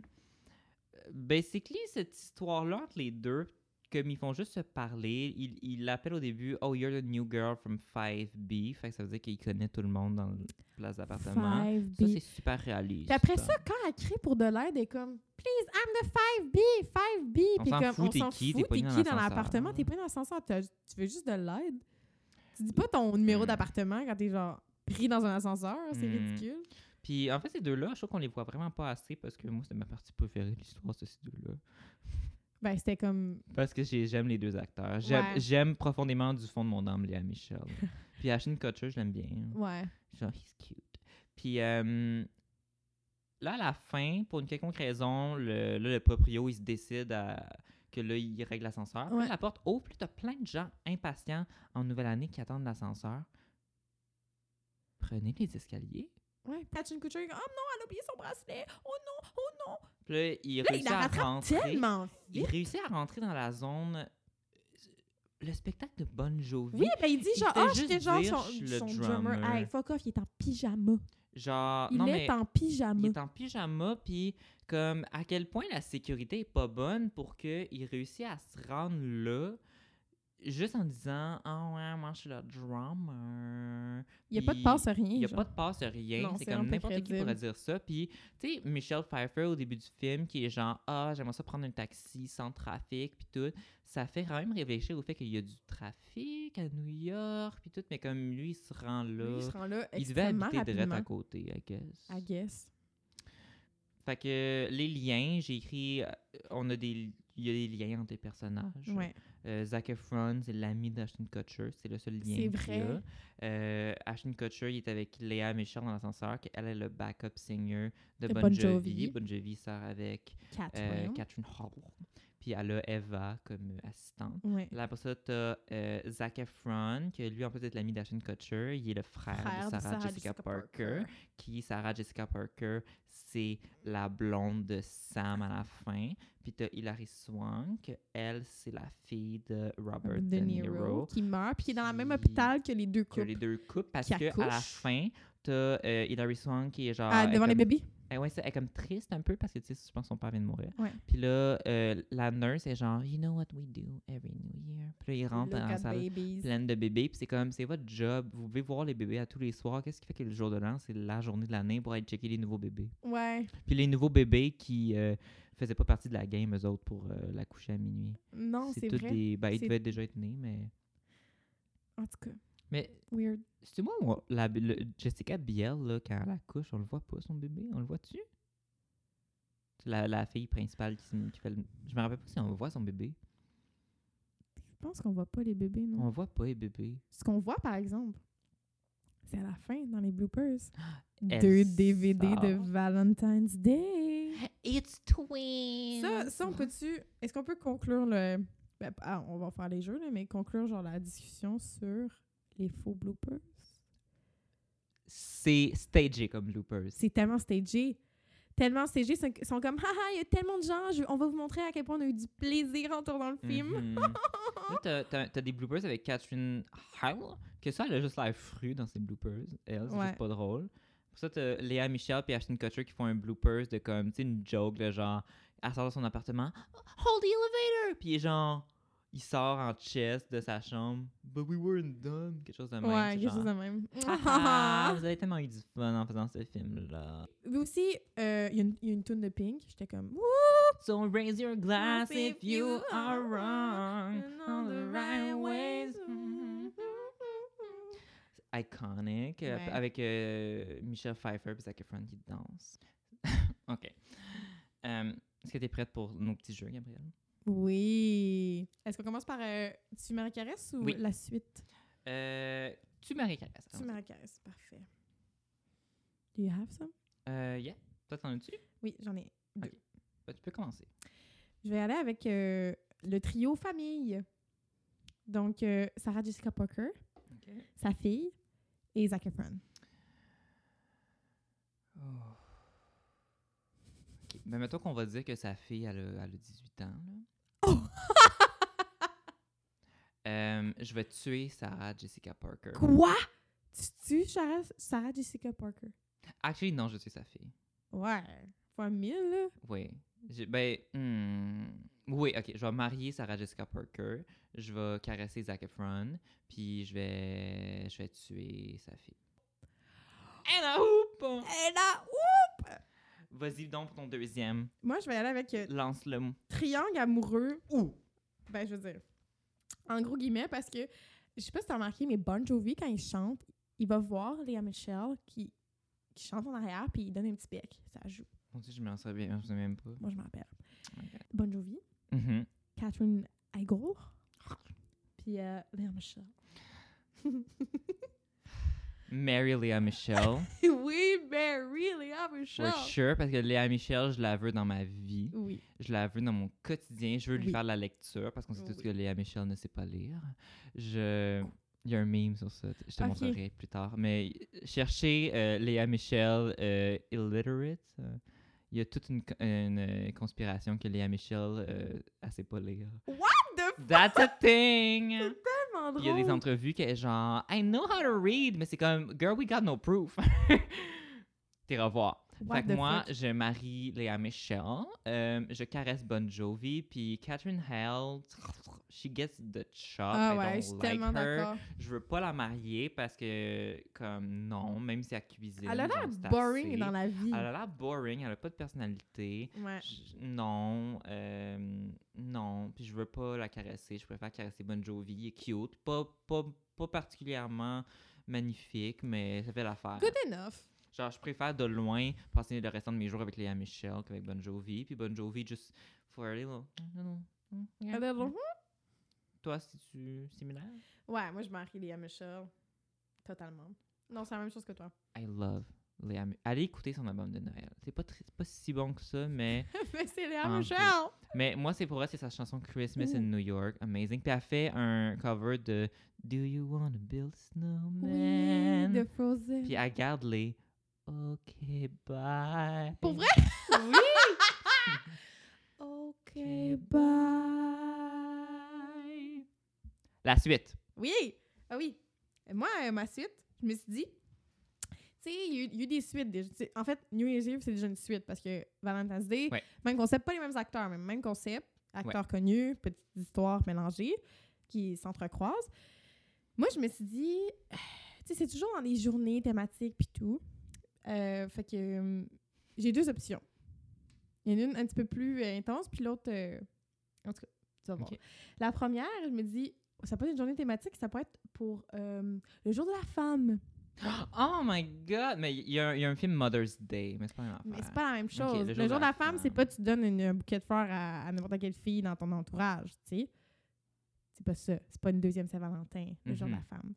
A: basically, cette histoire-là entre les deux, comme ils font juste se parler, il, il l'appelle au début Oh, you're the new girl from 5B. Fait que ça veut dire qu'il connaît tout le monde dans la place d'appartement.
B: Five
A: Ça,
B: B.
A: c'est super réaliste.
B: Puis après ça, quand elle crie pour de l'aide, elle est comme Please, I'm the 5B, 5B.
A: On
B: Puis
A: s'en
B: comme,
A: fout,
B: on
A: t'es
B: s'en
A: qui?
B: fout,
A: T'es
B: t'es
A: pogné
B: qui
A: dans
B: dans
A: l'ascenseur.
B: l'appartement? T'es pas dans l'ascenseur, t'as- tu veux juste de l'aide. Tu dis pas ton
A: Hmm.
B: numéro d'appartement quand t'es genre pris dans un ascenseur, hein, c'est
A: Mm.
B: ridicule.
A: Puis en fait, ces deux-là, je trouve qu'on les voit vraiment pas assez parce que moi, c'est ma partie préférée de l'histoire, c'est ces deux-là.
B: Ben, c'était comme.
A: Parce que j'ai- j'aime les deux acteurs. J'aime
B: Ouais.
A: j'aime profondément du fond de mon âme Léa Michel. Puis Ashton Kutcher, je l'aime bien.
B: Ouais.
A: Genre, he's cute. Puis euh, là, à la fin, pour une quelconque raison, le, là, le proprio, il se décide à, que là, il règle l'ascenseur. Puis là,
B: Ouais.
A: la porte ouvre, puis là, t'as plein de gens impatients en nouvelle année qui attendent l'ascenseur. Prenez les escaliers.
B: Ouais. Patchin Kutcher, il est comme, oh non, elle a oublié son bracelet. Oh non, oh non.
A: Puis là, il
B: Là, il
A: réussit
B: la
A: à
B: rattrape
A: rentrer.
B: tellement
A: Il
B: vite.
A: réussit à rentrer dans la zone. euh, Le spectacle de Bon Jovi.
B: Oui, ben il dit
A: Il
B: genre,
A: fait
B: ah,
A: juste
B: j'étais genre
A: dire,
B: son,
A: je suis le
B: son drummer.
A: drummer.
B: Hey, fuck off, il est en pyjama.
A: Genre,
B: Il
A: non,
B: est
A: mais
B: en pyjama.
A: il est en pyjama, puis comme à quel point la sécurité est pas bonne pour qu'il réussisse à se rendre là, juste en disant Ah ouais, moi je suis le drummer.
B: Il n'y a pas de
A: il-
B: passe, rien.
A: Il n'y a
B: genre.
A: pas de passe, rien.
B: Non,
A: C'est
B: c'est
A: comme
B: vraiment pas
A: n'importe qui
B: crédible.
A: pourrait dire ça. Puis, tu sais, Michelle Pfeiffer au début du film qui est genre Ah, j'aimerais ça prendre un taxi sans trafic, puis tout. Ça fait quand même réfléchir au fait qu'il y a du trafic à New York, puis tout. Mais comme lui, il se rend là.
B: Lui, il se rend là
A: il devait
B: extrêmement
A: habiter direct
B: rapidement.
A: à côté, I guess.
B: I guess.
A: Fait que les liens, j'ai écrit. euh, On a des. Il y a des liens entre les personnages.
B: Ouais.
A: Euh, Zac Efron, c'est l'ami d'Ashton Kutcher. C'est le seul lien.
B: C'est
A: qu'il
B: vrai.
A: y a. Euh, Ashton Kutcher, il est avec Léa Michel dans l'ascenseur. qui, Elle est le backup singer de, Bon, Jovi. Bon Jovi sort avec
B: Quatre.
A: euh,
B: Ah, voyons.
A: Catherine Hall. Puis elle a Eva comme euh, assistante.
B: Ouais.
A: Là, après ça, t'as euh, Zac Efron, que lui, en plus d'être l'ami d'Ashton Kutcher, il est le frère,
B: Frère
A: de
B: de
A: Sarah,
B: Sarah
A: Jessica,
B: Jessica
A: Parker,
B: Parker.
A: qui, Sarah Jessica Parker, c'est la blonde de Sam à la fin. Puis t'as Hilary Swank, elle, c'est la fille de Robert
B: De Niro qui meurt, puis qui est dans le même
A: qui-
B: hôpital que les deux
A: que
B: couples.
A: les deux couples, parce
B: qui
A: que à la
B: accouche.
A: fin, t'as euh, Hilary Swank qui est genre...
B: Ah,
A: elle
B: devant les
A: comme-
B: bébés.
A: elle, ouais, c'est- elle est comme triste un peu, parce que, tu sais, je pense que son père vient de mourir.
B: Ouais.
A: Puis là, euh, la nurse est genre, You know what we do every New Year. Puis là, il rentre
B: Look
A: dans la
B: at
A: salle
B: babies.
A: pleine de bébés. Puis c'est comme, c'est votre job. Vous pouvez voir les bébés à tous les soirs. Qu'est-ce qui fait que le jour de l'an, c'est la journée de l'année pour aller checker les nouveaux bébés?
B: Ouais.
A: Puis les nouveaux bébés qui euh, faisaient pas partie de la game, eux autres, pour euh, la coucher à minuit.
B: Non, c'est
A: tous
B: vrai.
A: Des... Ben, ils
B: C'est-
A: devaient déjà être nés, mais.
B: En tout cas,
A: Mais
B: weird.
A: c'est moi, ou on- la, le- Jessica Biel, là, quand elle accouche, on le voit pas, son bébé? On le voit-tu? C'est La, la fille principale qui, se- qui fait le... Je me rappelle pas si on voit son bébé.
B: Je pense qu'on voit pas les bébés, non?
A: On voit pas les bébés.
B: Ce qu'on voit, par exemple, c'est à la fin, dans les bloopers.
A: Elle
B: Deux DVD
A: sort.
B: de Valentine's Day.
C: It's twins.
B: Ça, ça on peut-tu. Est-ce qu'on peut conclure le. ben, ah, on va faire les jeux, là, mais conclure genre la discussion sur les faux bloopers.
A: C'est stagé comme bloopers.
B: C'est tellement stagé. Tellement stagé. Ils sont- ils sont comme, haha, il y a tellement de gens. je- on va vous montrer à quel point on a eu du plaisir en tournant le film.
A: Mhm. Là, t'as- t'as t'as des bloopers avec Catherine Howell, que ça, elle a juste l'air frue dans ses bloopers. Elle, c'est
B: Ouais.
A: juste pas drôle. Pour ça, t'as Léa Michel et Ashton Kutcher qui font un bloopers de comme, tu sais, une joke, de genre, elle sort de son appartement, hold the elevator! Puis il est genre, il sort en chest de sa chambre, but we weren't done, quelque chose de même.
B: ouais,
A: c'est
B: quelque chose de
A: genre,
B: même.
A: Ah, vous avez tellement eu du fun en faisant ce film-là.
B: Mais aussi, euh, il y a une- il y, a une tune de Pink. J'étais comme, wouh!
A: So raise your glass if you are wrong on the right ways. Mhm. Iconic euh,
B: Ouais.
A: avec euh, Michelle Pfeiffer et Zac Efron qui danse. ok. Euh, Est-ce que tu es prête pour nos petits jeux, Gabrielle?
B: Oui. Est-ce qu'on commence par euh, Tu me caresses ou
A: Oui.
B: la suite?
A: Euh, tu maries Caresse.
B: Tu me caresses, parfait. Do you have some?
A: Euh, yeah. Toi, t'en as-tu?
B: Oui, j'en ai.
A: Bah, tu peux commencer.
B: Je vais aller avec euh, le trio famille. Donc, euh, Sarah Jessica Parker, sa fille et Zac Efron. Oh.
A: Ok. Ben, mettons qu'on va dire que sa fille, elle a, elle a 18 ans. Là.
B: Oh!
A: Euh, je vais tuer Sarah Jessica Parker.
B: Quoi? Tu tues Sarah, Sarah Jessica Parker?
A: Actually, non, je suis sa fille.
B: Ouais. Fois mille, là.
A: Oui. J'ai- Ben, hmm, oui, ok. Je vais marier Sarah Jessica Parker. Je vais caresser Zac Efron. Puis je vais, je vais tuer sa fille. Anna Hoop!
B: Elle a ouh!
A: Vas-y donc pour ton deuxième.
B: Moi, je vais aller avec euh,
A: Lance-le.
B: triangle amoureux. Ou. Ben, je veux dire. En gros guillemets, parce que je sais pas si t'as remarqué, mais Bon Jovi, quand il chante, il va voir Léa Michel qui, qui chante en arrière, puis il donne un petit bec. Ça joue.
A: Mon Dieu, je m'en serais bien, je sais même pas.
B: Moi, je m'en rappelle. Bon Jovi,
A: Mhm.
B: Catherine Aigour, puis euh, Léa Michel.
A: Mary Léa Michelle.
B: oui, Mary, Léa Michel.
A: For sure, parce que Léa Michel, je la veux dans ma vie.
B: Oui.
A: Je la veux dans mon quotidien. Je veux lui
B: Oui.
A: faire de la lecture parce qu'on sait tous
B: Oui.
A: que Léa Michel ne sait pas lire. Je... Il y a un meme sur ça. Je te
B: Ok.
A: montrerai plus tard. Mais cherchez euh, Léa Michel euh, illiterate. euh, Il y a toute une, co- une, euh, conspiration que Léa Michel, euh, elle sait pas lire.
B: The f-
A: That's a thing!
B: tellement drôle.
A: Il y a des entrevues qui est genre I know how to read, mais c'est comme Girl, we got no proof. T'es revoir.
B: What
A: Fait
B: the
A: que moi,
B: fuck?
A: je marie Léa Michel, euh, je caresse Bon Jovi, puis Catherine Hale, she gets the chop.
B: Ah
A: I
B: ouais,
A: don't
B: je suis
A: like her.
B: tellement d'accord.
A: Je veux pas la marier parce que, comme, non, même si elle cuisine.
B: Elle a l'air
A: genre, c'est
B: boring
A: assez.
B: dans la vie.
A: Elle a l'air boring, elle a pas de personnalité.
B: Ouais.
A: Je- Non, euh, non. Puis je veux pas la caresser. Je préfère caresser Bon Jovi. Il est cute. Pas, pas, pas particulièrement magnifique, mais ça fait l'affaire.
B: Good enough.
A: Genre, je préfère de loin passer le restant de mes jours avec Léa Michel qu'avec Bon Jovi. Puis Bon Jovi, just for a little. Mm-hmm.
B: A little-
A: Toi, si tu similaire?
B: Ouais, moi je marie Léa Michel. Totalement. Non, c'est la même chose que toi.
A: I love Léa Michel. Allez écouter son album de Noël. C'est pas, très- c'est pas si bon que ça, mais
B: Mais c'est Léa
A: Un
B: Michel!
A: Mais moi, c'est pour elle, c'est sa chanson Christmas
B: Mm.
A: in New York. Amazing. Puis elle fait un cover de Do You Wanna Build a Snowman?
B: de Frozen.
A: Puis elle garde les OK, bye.
B: Pour vrai?
A: Oui!
B: OK,
A: bye. La suite.
B: Oui! Ah oui! Et Moi, euh, ma suite, je me suis dit, tu sais, il y, a eu- il y a eu des suites. déjà. Tu sais, en fait, New Year's Eve, c'est déjà une suite parce que Valentine's Day,
A: Ouais.
B: même concept, pas les mêmes acteurs, mais même concept, acteurs connus, petites histoires mélangées qui s'entrecroisent. Moi, je me suis dit, euh, tu sais, c'est toujours dans les journées thématiques puis tout. Euh, fait que euh, j'ai deux options. Il y en a une un petit peu plus euh, intense, puis l'autre, euh, en tout cas, tu vas voir.
A: Ok.
B: La première, je me dis, ça peut être une journée thématique, ça peut être pour euh, le jour de la femme.
A: Oh my God! Mais il y, a un- il y a un film Mother's Day, mais c'est pas un
B: Mais c'est pas la même chose.
A: Ok,
B: le, jour de la femme, c'est pas tu donnes une, un bouquet de fleurs à, à n'importe quelle fille dans ton entourage, tu sais. C'est pas ça. C'est pas une deuxième Saint-Valentin, le jour de
A: Mhm.
B: la femme.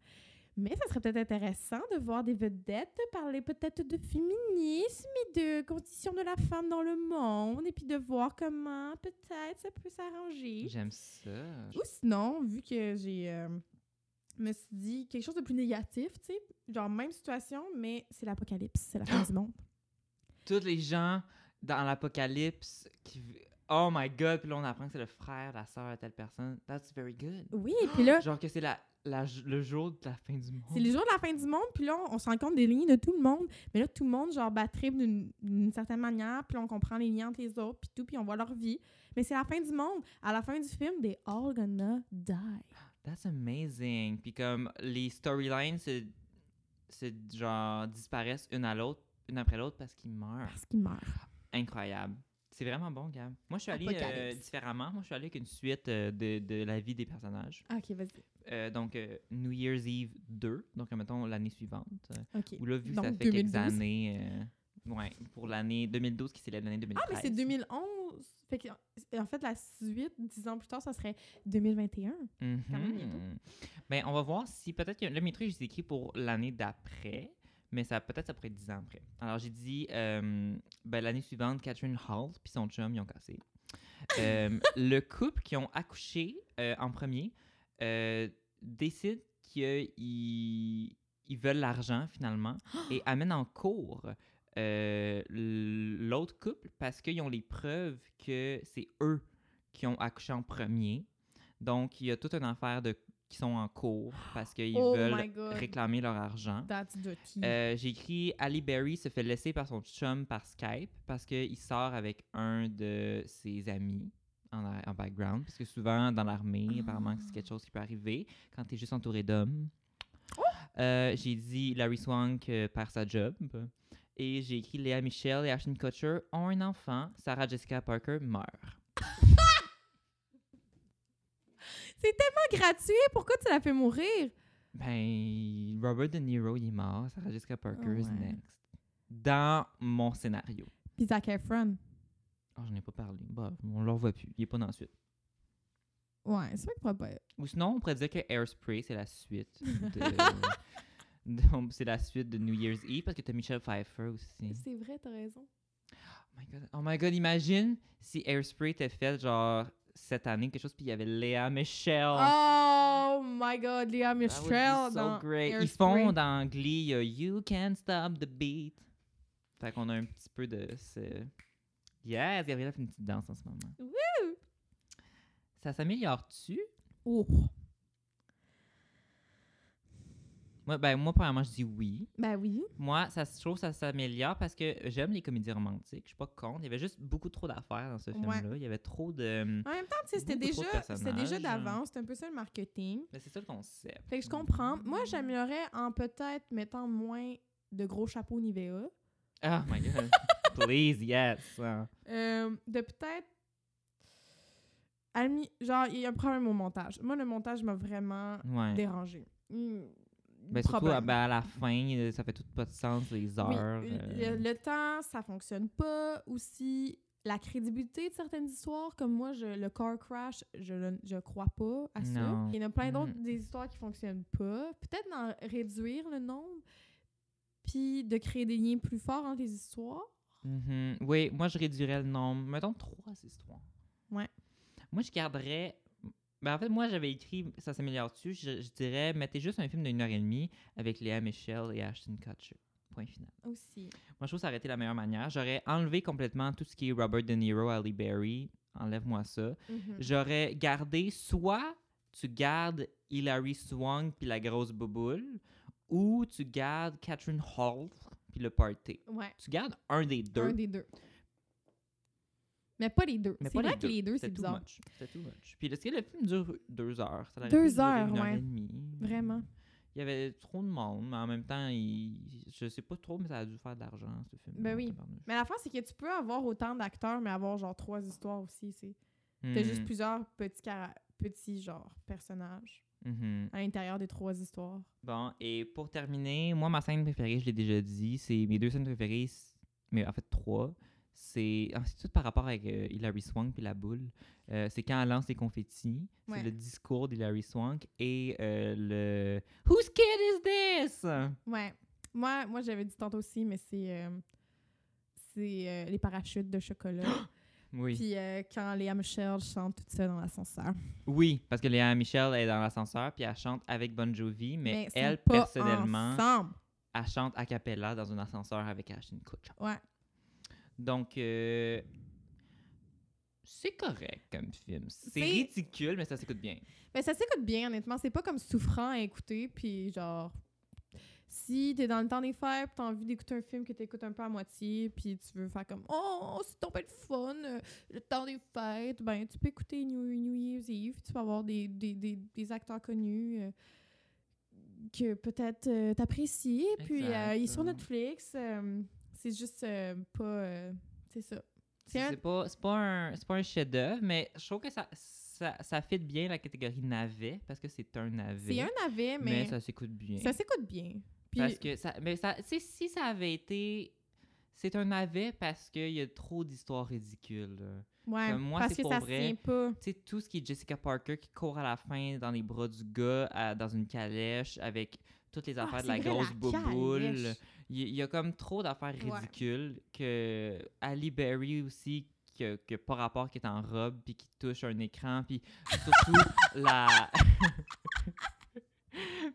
B: Mais ça serait peut-être intéressant de voir des vedettes parler peut-être de féminisme et de conditions de la femme dans le monde et puis de voir comment peut-être ça peut s'arranger.
A: J'aime ça.
B: Ou sinon, vu que j'ai. euh, me suis dit quelque chose de plus négatif, tu sais. Genre, même situation, mais c'est l'apocalypse, c'est la fin du monde.
A: tous les gens dans l'apocalypse qui v- oh my god puis là on apprend que c'est le frère la sœur de telle personne that's very good
B: Oui, et puis là,
A: genre que c'est la, la j- le jour de la fin du monde
B: c'est le jour de la fin du monde, puis là, on, on se rend compte des liens de tout le monde. Mais là, tout le monde, genre, bat trip d'une d'une certaine manière, puis là, on comprend les liens entre les autres, puis tout, puis on voit leur vie. Mais c'est la fin du monde. À la fin du film, they all gonna die.
A: that's amazing puis comme les storylines se se genre disparaissent une à l'autre une après l'autre parce qu'ils meurent
B: Parce qu'ils meurent.
A: incroyable c'est vraiment bon Gab moi je suis allée euh,
B: Apocalypse.
A: différemment moi je suis allée avec une suite euh, de, de la vie des personnages
B: Ah, ok, vas-y.
A: Euh, donc euh, New Year's Eve 2 donc mettons l'année suivante
B: Ok.
A: Ou là, vu que
B: Donc,
A: ça fait
B: 2012.
A: quelques années. euh, ouais, pour l'année 2012 qui célèbre l'année 2013.
B: Ah, mais c'est 2011. Fait que, en fait, la suite, dix ans plus tard, ça serait 2021.
A: Mhm.
B: quand même bientôt.
A: Ben, on va voir si peut-être que le maîtrise, je l'ai écrit pour l'année d'après, mais ça peut-être ça pourrait être 10 ans après. Alors, j'ai dit, euh, ben, l'année suivante, Catherine Hall puis son chum, ils ont cassé. Euh, le couple qui ont accouché euh, en premier euh, décide qu'ils ils veulent l'argent finalement et amène en cours euh, l'autre couple parce qu'ils ont les preuves que c'est eux qui ont accouché en premier. Donc, il y a toute une affaire de qui sont en cours parce qu'ils
B: Oh my
A: veulent
B: God.
A: réclamer leur argent.
B: That's dirty.
A: Euh, J'ai écrit Ali Berry se fait laisser par son chum par Skype parce qu'il sort avec un de ses amis en, a- en background. Parce que souvent, dans l'armée, apparemment, que c'est quelque chose qui peut arriver quand t'es juste entouré d'hommes. Euh, J'ai dit Larry Swank euh, perd sa job. Et j'ai écrit Léa Michel et Ashton Kutcher ont un enfant. Sarah Jessica Parker meurt.
B: C'est tellement gratuit. Pourquoi tu la fais mourir?
A: Ben, Robert De Niro, il est mort. Sarah Jessica Parker is
B: ouais.
A: next. Dans mon scénario.
B: Puis Zac Efron.
A: Ah, j'en ai pas parlé. Bah, on le revoit plus. Il est pas dans la suite.
B: Ouais, c'est vrai que pourquoi pas.
A: Ou sinon, on pourrait dire que Airspray, c'est la suite de. Donc, c'est la suite de New Year's Eve parce que t'as Michelle Pfeiffer aussi.
B: C'est vrai, t'as raison.
A: Oh my god, oh my god imagine si Airspray était fait genre cette année, quelque chose, puis il y avait Léa Michelle.
B: Oh my god, Léa
A: That would be
B: Michel
A: so
B: dans
A: great. Ils
B: Hairspray.
A: font dans Glee, il y a You Can't Stop the Beat. Fait qu'on a un petit peu de ce. Yes, Gabriela fait une petite danse en ce moment.
B: Woo!
A: Ça s'améliore-tu?
B: Oh.
A: Moi, ben, moi, premièrement, je dis oui.
B: Ben oui.
A: Moi, ça, se- je trouve que ça s'améliore parce que j'aime les comédies romantiques. Je suis pas contre. Il y avait juste beaucoup trop d'affaires dans ce
B: Ouais.
A: film-là. Il y avait trop de.
B: En même temps, tu sais, c'était
A: Beaucoup trop de
B: déjà, c'était déjà
A: personnages.
B: d'avance. C'était un peu ça le marketing.
A: Mais c'est ça le concept.
B: Fait que je comprends. Moi, j'améliorerais en peut-être mettant moins de gros chapeaux Nivea.
A: Oh my god. Please, yes. Ah.
B: Euh, de peut-être. Ami... Genre, il y a un problème au montage. Moi, le montage m'a vraiment
A: Ouais.
B: dérangé. Hmm,
A: Ben, Mm. surtout
B: problème.
A: ah, ben, à la fin, euh, ça fait tout pas de sens, les
B: Oui,
A: heures.
B: le,
A: euh.
B: le temps, ça fonctionne pas. Aussi, la crédibilité de certaines histoires, comme moi, je, le car crash, je, le- je crois pas à ça.
A: Non.
B: Il y en a plein d'autres
A: Mhm.
B: des histoires qui fonctionnent pas. Peut-être d'en réduire le nombre, puis de créer des liens plus forts entre les histoires.
A: Mhm. Oui, moi, je réduirais le nombre. Mettons trois histoires.
B: Ouais.
A: Moi, je garderais. Ben, en fait, moi, j'avais écrit Ça s'améliore-tu. Je, je dirais, mettez juste un film d'une heure et demie avec Léa Michelle et Ashton Kutcher. Point final.
B: Aussi.
A: Moi, je trouve que ça aurait été la meilleure manière. J'aurais enlevé complètement tout ce qui est Robert De Niro, Ali Berry. Enlève-moi ça. J'aurais gardé soit tu gardes Hilary Swank puis la grosse bouboule, ou tu gardes Catherine Hall puis le party.
B: Mm-hmm. Ouais.
A: Tu gardes un des deux.
B: Un des deux. Mais pas les deux.
A: Mais
B: C'est
A: pas
B: vrai que les deux, c'est
A: C'était too
B: bizarre.
A: much. C'était too much. Puis est-ce que le film dure deux heures? Ça aurait
B: Deux
A: pu durer
B: heures,
A: une heure
B: ouais.
A: et demie.
B: Vraiment.
A: Il y avait trop de monde, mais en même temps, il- je sais pas trop, mais ça a dû faire de l'argent, ce film.
B: Ben oui. Mais la fin, c'est que tu peux avoir autant d'acteurs, mais avoir genre trois histoires aussi. C'est...
A: Hmm.
B: T'as juste plusieurs petits, cara- petits genre, personnages à l'intérieur des trois histoires.
A: Mhm. Bon, et pour terminer, moi, ma scène préférée, je l'ai déjà dit, c'est mes deux scènes préférées, c- mais en fait trois. C'est ah, c'est tout par rapport avec euh, Hilary Swank puis la boule. Euh, c'est quand elle lance les confettis,
B: Ouais.
A: c'est le discours d'Hilary Swank et euh, le Whose kid is this?
B: Ouais. Moi, moi j'avais dit tantôt aussi, mais c'est, euh, c'est euh, les parachutes de chocolat.
A: Oui.
B: Puis euh, quand Léa Michelle chante toute seule dans l'ascenseur.
A: Oui, parce que Léa Michel est dans l'ascenseur puis elle chante avec Bon Jovi, mais,
B: Mais, ils sont
A: elle,
B: pas
A: personnellement,
B: Ensemble.
A: elle chante a cappella dans un ascenseur avec Ashton Kutcher.
B: Ouais.
A: Donc, euh, c'est correct comme film. C'est
B: C'est-
A: ridicule, mais ça s'écoute bien.
B: Mais ça s'écoute bien, honnêtement. C'est pas comme souffrant à écouter. Puis genre, si t'es dans le temps des fêtes, pis t'as envie d'écouter un film que t'écoutes un peu à moitié, puis tu veux faire comme Oh, c'est tombé le fun, euh, le temps des fêtes, ben tu peux écouter New, New Year's Eve, tu peux avoir des, des, des, des acteurs connus. euh, que peut-être euh, t'apprécies, puis euh, il est sur
A: Exact.
B: Netflix. euh, c'est juste euh, pas. euh, c'est ça. C'est
A: C'est
B: un-
A: c'est pas, c'est pas un, c'est pas un chef-d'œuvre, mais je trouve que ça, ça, ça fit bien la catégorie navet parce que c'est un navet.
B: C'est un navet,
A: mais
B: mais,
A: ça s'écoute bien.
B: ça s'écoute bien. Puis,
A: Parce que ça, mais ça, tu sais, si ça avait été, c'est un navet parce qu'il y a trop d'histoires ridicules. là.
B: Ouais,
A: Comme moi,
B: parce
A: c'est
B: que
A: pour
B: ça
A: vrai.
B: se tient pas.
A: Tu sais, tout ce qui est Jessica Parker qui court à la fin dans les bras du gars, à- dans une calèche, avec toutes les affaires
B: Ah,
A: de la
B: c'est vrai,
A: grosse bouboule.
B: calèche.
A: Il y, il y a comme trop d'affaires
B: Ouais.
A: ridicules que Ali Berry aussi, que, que par rapport qui est en robe, puis qui touche un écran, puis surtout la...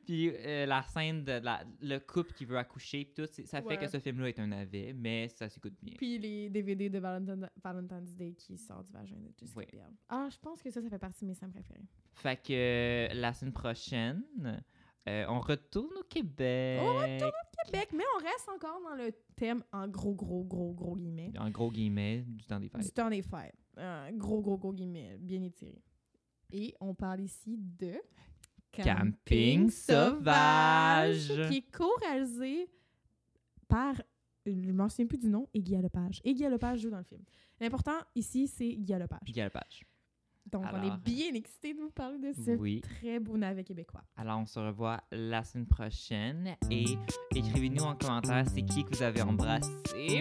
A: puis euh, la scène de la, le couple qui veut accoucher, puis tout, c'est- ça fait
B: Ouais.
A: que ce film-là est un navet, mais ça s'écoute bien.
B: Puis les DVD de Valentine- Valentine's Day qui sort du vagin de Jessica
A: Ouais.
B: Biel. Ah, je pense que ça, ça fait partie de mes scènes préférées.
A: Fait que euh, la semaine prochaine, euh, on retourne au Québec.
B: On retourne Québec, mais on reste encore dans le thème en gros, gros, gros, gros guillemets
A: En gros guillemets, du temps des
B: du
A: fêtes.
B: temps des fêtes. Un gros, gros, gros guillemets, bien étiré. Et on parle ici de
A: Camping sauvage.
B: qui est co-réalisé par, je ne me souviens plus du nom, Guy Lepage. Et Guy Lepage joue dans le film. L'important ici, c'est Guy Lepage.
A: Guy Lepage.
B: Donc, on
A: Alors,
B: est bien excités de vous parler de ce
A: Oui.
B: très beau navet québécois.
A: Alors, on se revoit la semaine prochaine et écrivez-nous en commentaire c'est qui que vous avez embrassé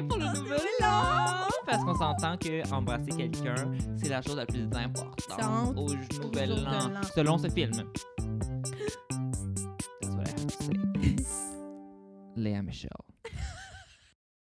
A: pour le nouvel an! Parce qu'on s'entend que embrasser quelqu'un, c'est la chose la plus importante
B: Tant
A: au
B: au
A: nouvel
B: jour de
A: an,
B: l'an.
A: selon ce film.